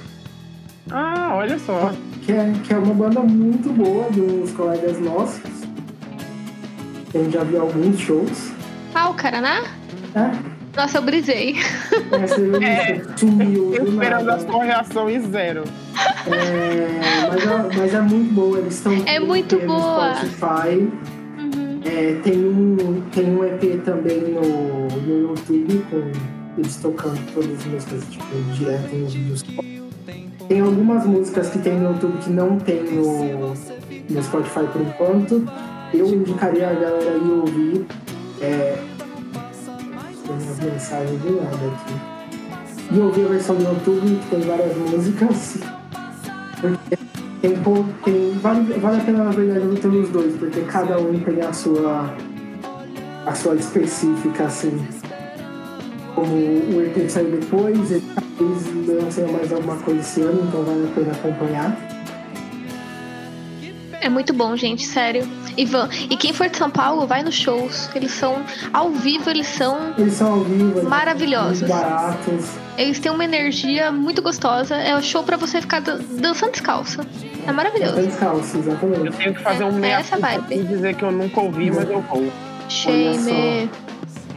Ah, olha só.
que é, que é uma banda muito boa de uns colegas nossos. que A gente já viu alguns shows.
Ah, o Caraná?
Né?
Nossa, eu brisei.
É, você viu isso? Sumiu.
Eu
do
esperando
nada.
a sua reação e zero.
É, mas, é, mas é muito boa, eles estão
É muito boa. Uhum.
no Spotify. É, tem, um, tem um EP também no, no YouTube com eles tocando todas as músicas tipo, direto nos vídeos. Tem algumas músicas que tem no YouTube que não tem no, no Spotify por enquanto. Eu indicaria a galera ir ouvir. É, tem uma mensagem do lado aqui. E ouvir a versão do YouTube, que tem várias músicas. Porque tem, pou- tem, vale, vale a pena, né, na verdade, ouvir pelos então, dois, porque cada um tem a sua, a sua específica, assim. Como o EP que saiu depois, ele talvez lancem mais alguma coisa esse ano, então vale a pena acompanhar.
É muito bom, gente, sério. Ivan, e quem for de São Paulo, vai nos shows. Eles são, ao vivo, eles são.
Eles são ao vivo, eles
Maravilhosos.
são muito baratos.
Eles têm uma energia muito gostosa. É um show pra você ficar dan- dançando descalça. É maravilhoso.
Descalço,
Eu
exatamente.
tenho que fazer um
É
meia
essa vibe.
e dizer que eu nunca ouvi, mas eu vou.
Shame.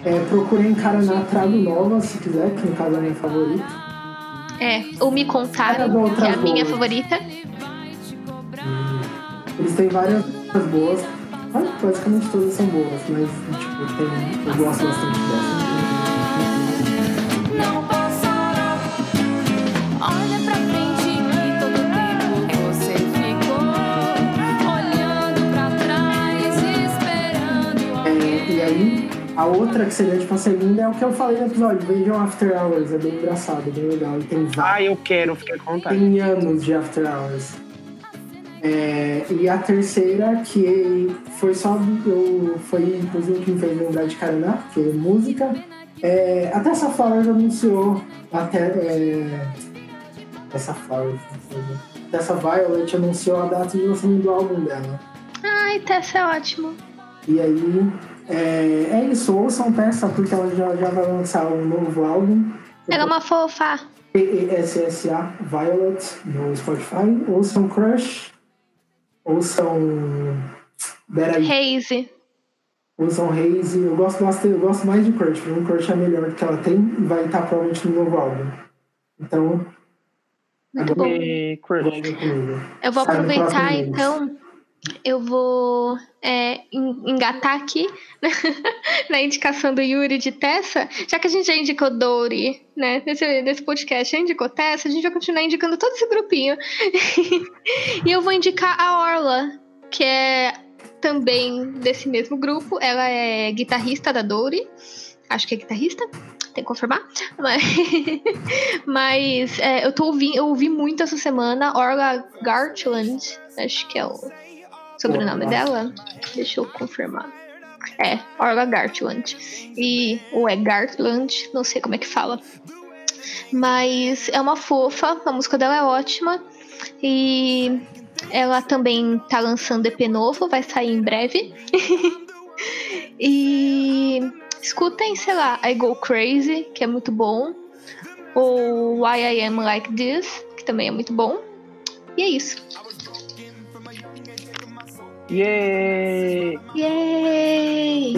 É, procurem Caraná Trago Nova, se quiser, que no caso é a minha favorita.
É, ou me
Cada uma
contaram, que é a
outras
minha
boas.
favorita.
Eles têm várias músicas boas. Ah, basicamente todas são boas, mas tipo, tem, eu gosto bastante dessa.
Não passará. Olha pra frente que todo tempo você ficou olhando pra trás, esperando
É, e aí, a outra que seria tipo a segunda é o que eu falei no episódio, vejam After Hours, é bem engraçado, bem legal, e tem vários.
Ah, eu quero, fiquei com vontade.
Tem anos de After Hours. É, e a terceira, que foi só. Eu, foi inclusive que me fez lembrar de Caraná, que é música. É, até essa Flowers anunciou. Até. É, essa Flowers. não sei, né? Tessa Violet anunciou a data de lançamento do álbum dela.
Ai, Tessa é ótimo.
E aí, é, é isso, ouçam Tessa, porque ela já, já vai lançar um novo álbum.
Ela é uma fofa.
PESSA Violet no Spotify, ouçam Crush, ouçam Better
Haze.
Ouçam Haze, eu gosto, bastante, eu gosto mais de Crush, porque o Crush é a melhor que ela tem e vai estar provavelmente no novo álbum. Então,
Muito bom.
E Crush.
vem comigo.
Eu vou
Sai no
aproveitar
próximo mês.
então. Eu vou é, en- engatar aqui na indicação do Yuri de Tessa, já que a gente já indicou Douri, né? Nesse, nesse podcast já indicou Tessa, a gente vai continuar indicando todo esse grupinho. e eu vou indicar a Orla, que é também desse mesmo grupo. Ela é guitarrista da Douri. Acho que é guitarrista, tem que confirmar. Mas, mas, é, eu tô ouvindo, eu ouvi muito essa semana Orla Gartland, acho que é o sobrenome dela. Deixa eu confirmar. É, Orla Gartland. E, ou é Gartland, não sei como é que fala. Mas é uma fofa, a música dela é ótima. E ela também tá lançando EP novo, vai sair em breve. e escutem, sei lá, I Go Crazy, que é muito bom. Ou Why I Am Like This, que também é muito bom. E é isso.
Yay!
Yay!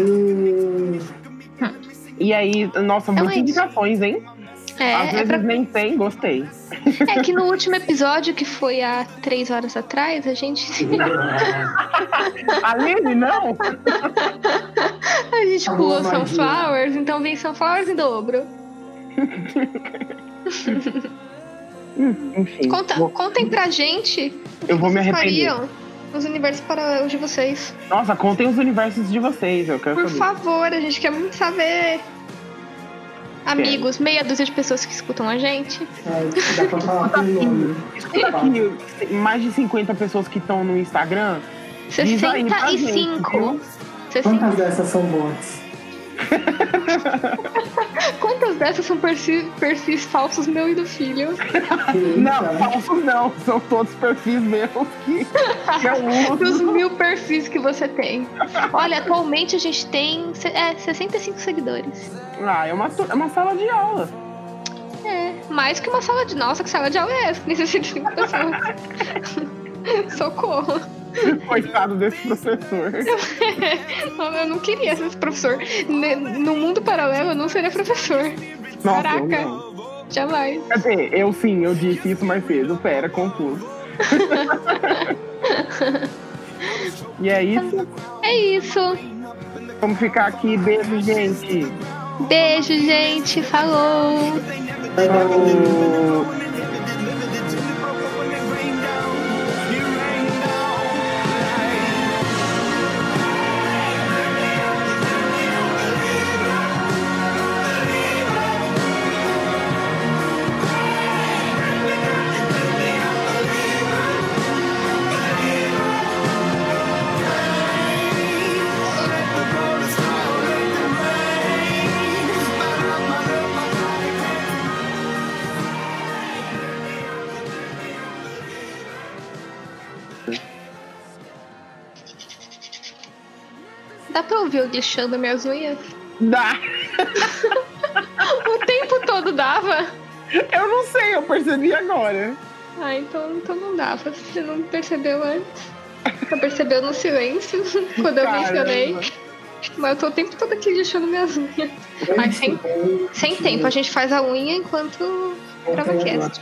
E aí, nossa, muitas
Então é isso.
indicações, hein? Às
É, é,
vezes
pra-
nem tem, gostei.
é que no último episódio, que foi há três horas atrás, a gente,
Aline, não!
a gente
Tá
pulou
boa magia.
Sunflowers, então vem Sunflowers em dobro.
Enfim,
Conta,
vou-
Contem pra gente
eu vou me
vocês
arrepender.
fariam os universos paralelos de vocês.
Nossa, contem os universos de vocês, eu quero
Por
saber.
favor, a gente quer muito saber. Amigos, meia dúzia de pessoas que escutam a gente.
É, dá pra falar pelo nome.
Escuta aqui, mais de 50 pessoas que estão no Instagram. Diz aí pra gente,
65.
viu?
60.
Quantas dessas são bots?
Quantas dessas são perfis, perfis falsos meu e do filho?
Não,
Então.
falsos não. São todos perfis meus que, que eu uso.
Dos mil perfis que você tem. Olha, atualmente a gente tem se- é, 65 seguidores.
Ah, é uma, tu- é uma sala de aula.
É, mais que uma sala de. Nossa, que sala de aula é essa? Tem 65 pessoas. Socorro.
Coitado desse professor.
Eu não queria ser professor. Ne- No mundo paralelo, eu não seria professor.
Nossa,
Caraca.
eu não.
Jamais.
Quer dizer, eu sim, eu disse isso mais cedo. Pera, confuso. e é isso.
É isso.
Vamos ficar aqui. Beijo, gente.
Beijo, gente. Falou.
Falou.
Dá pra ouvir eu lixando minhas unhas?
Dá.
O tempo todo dava?
Eu não sei, eu percebi agora.
Ah, então, então não dava. Você não percebeu antes. Você percebeu no silêncio, quando eu mencionei.
Caramba.
Mas eu tô o tempo todo aqui lixando minhas unhas. Mas sem, sem tempo, a gente faz a unha enquanto grava cast.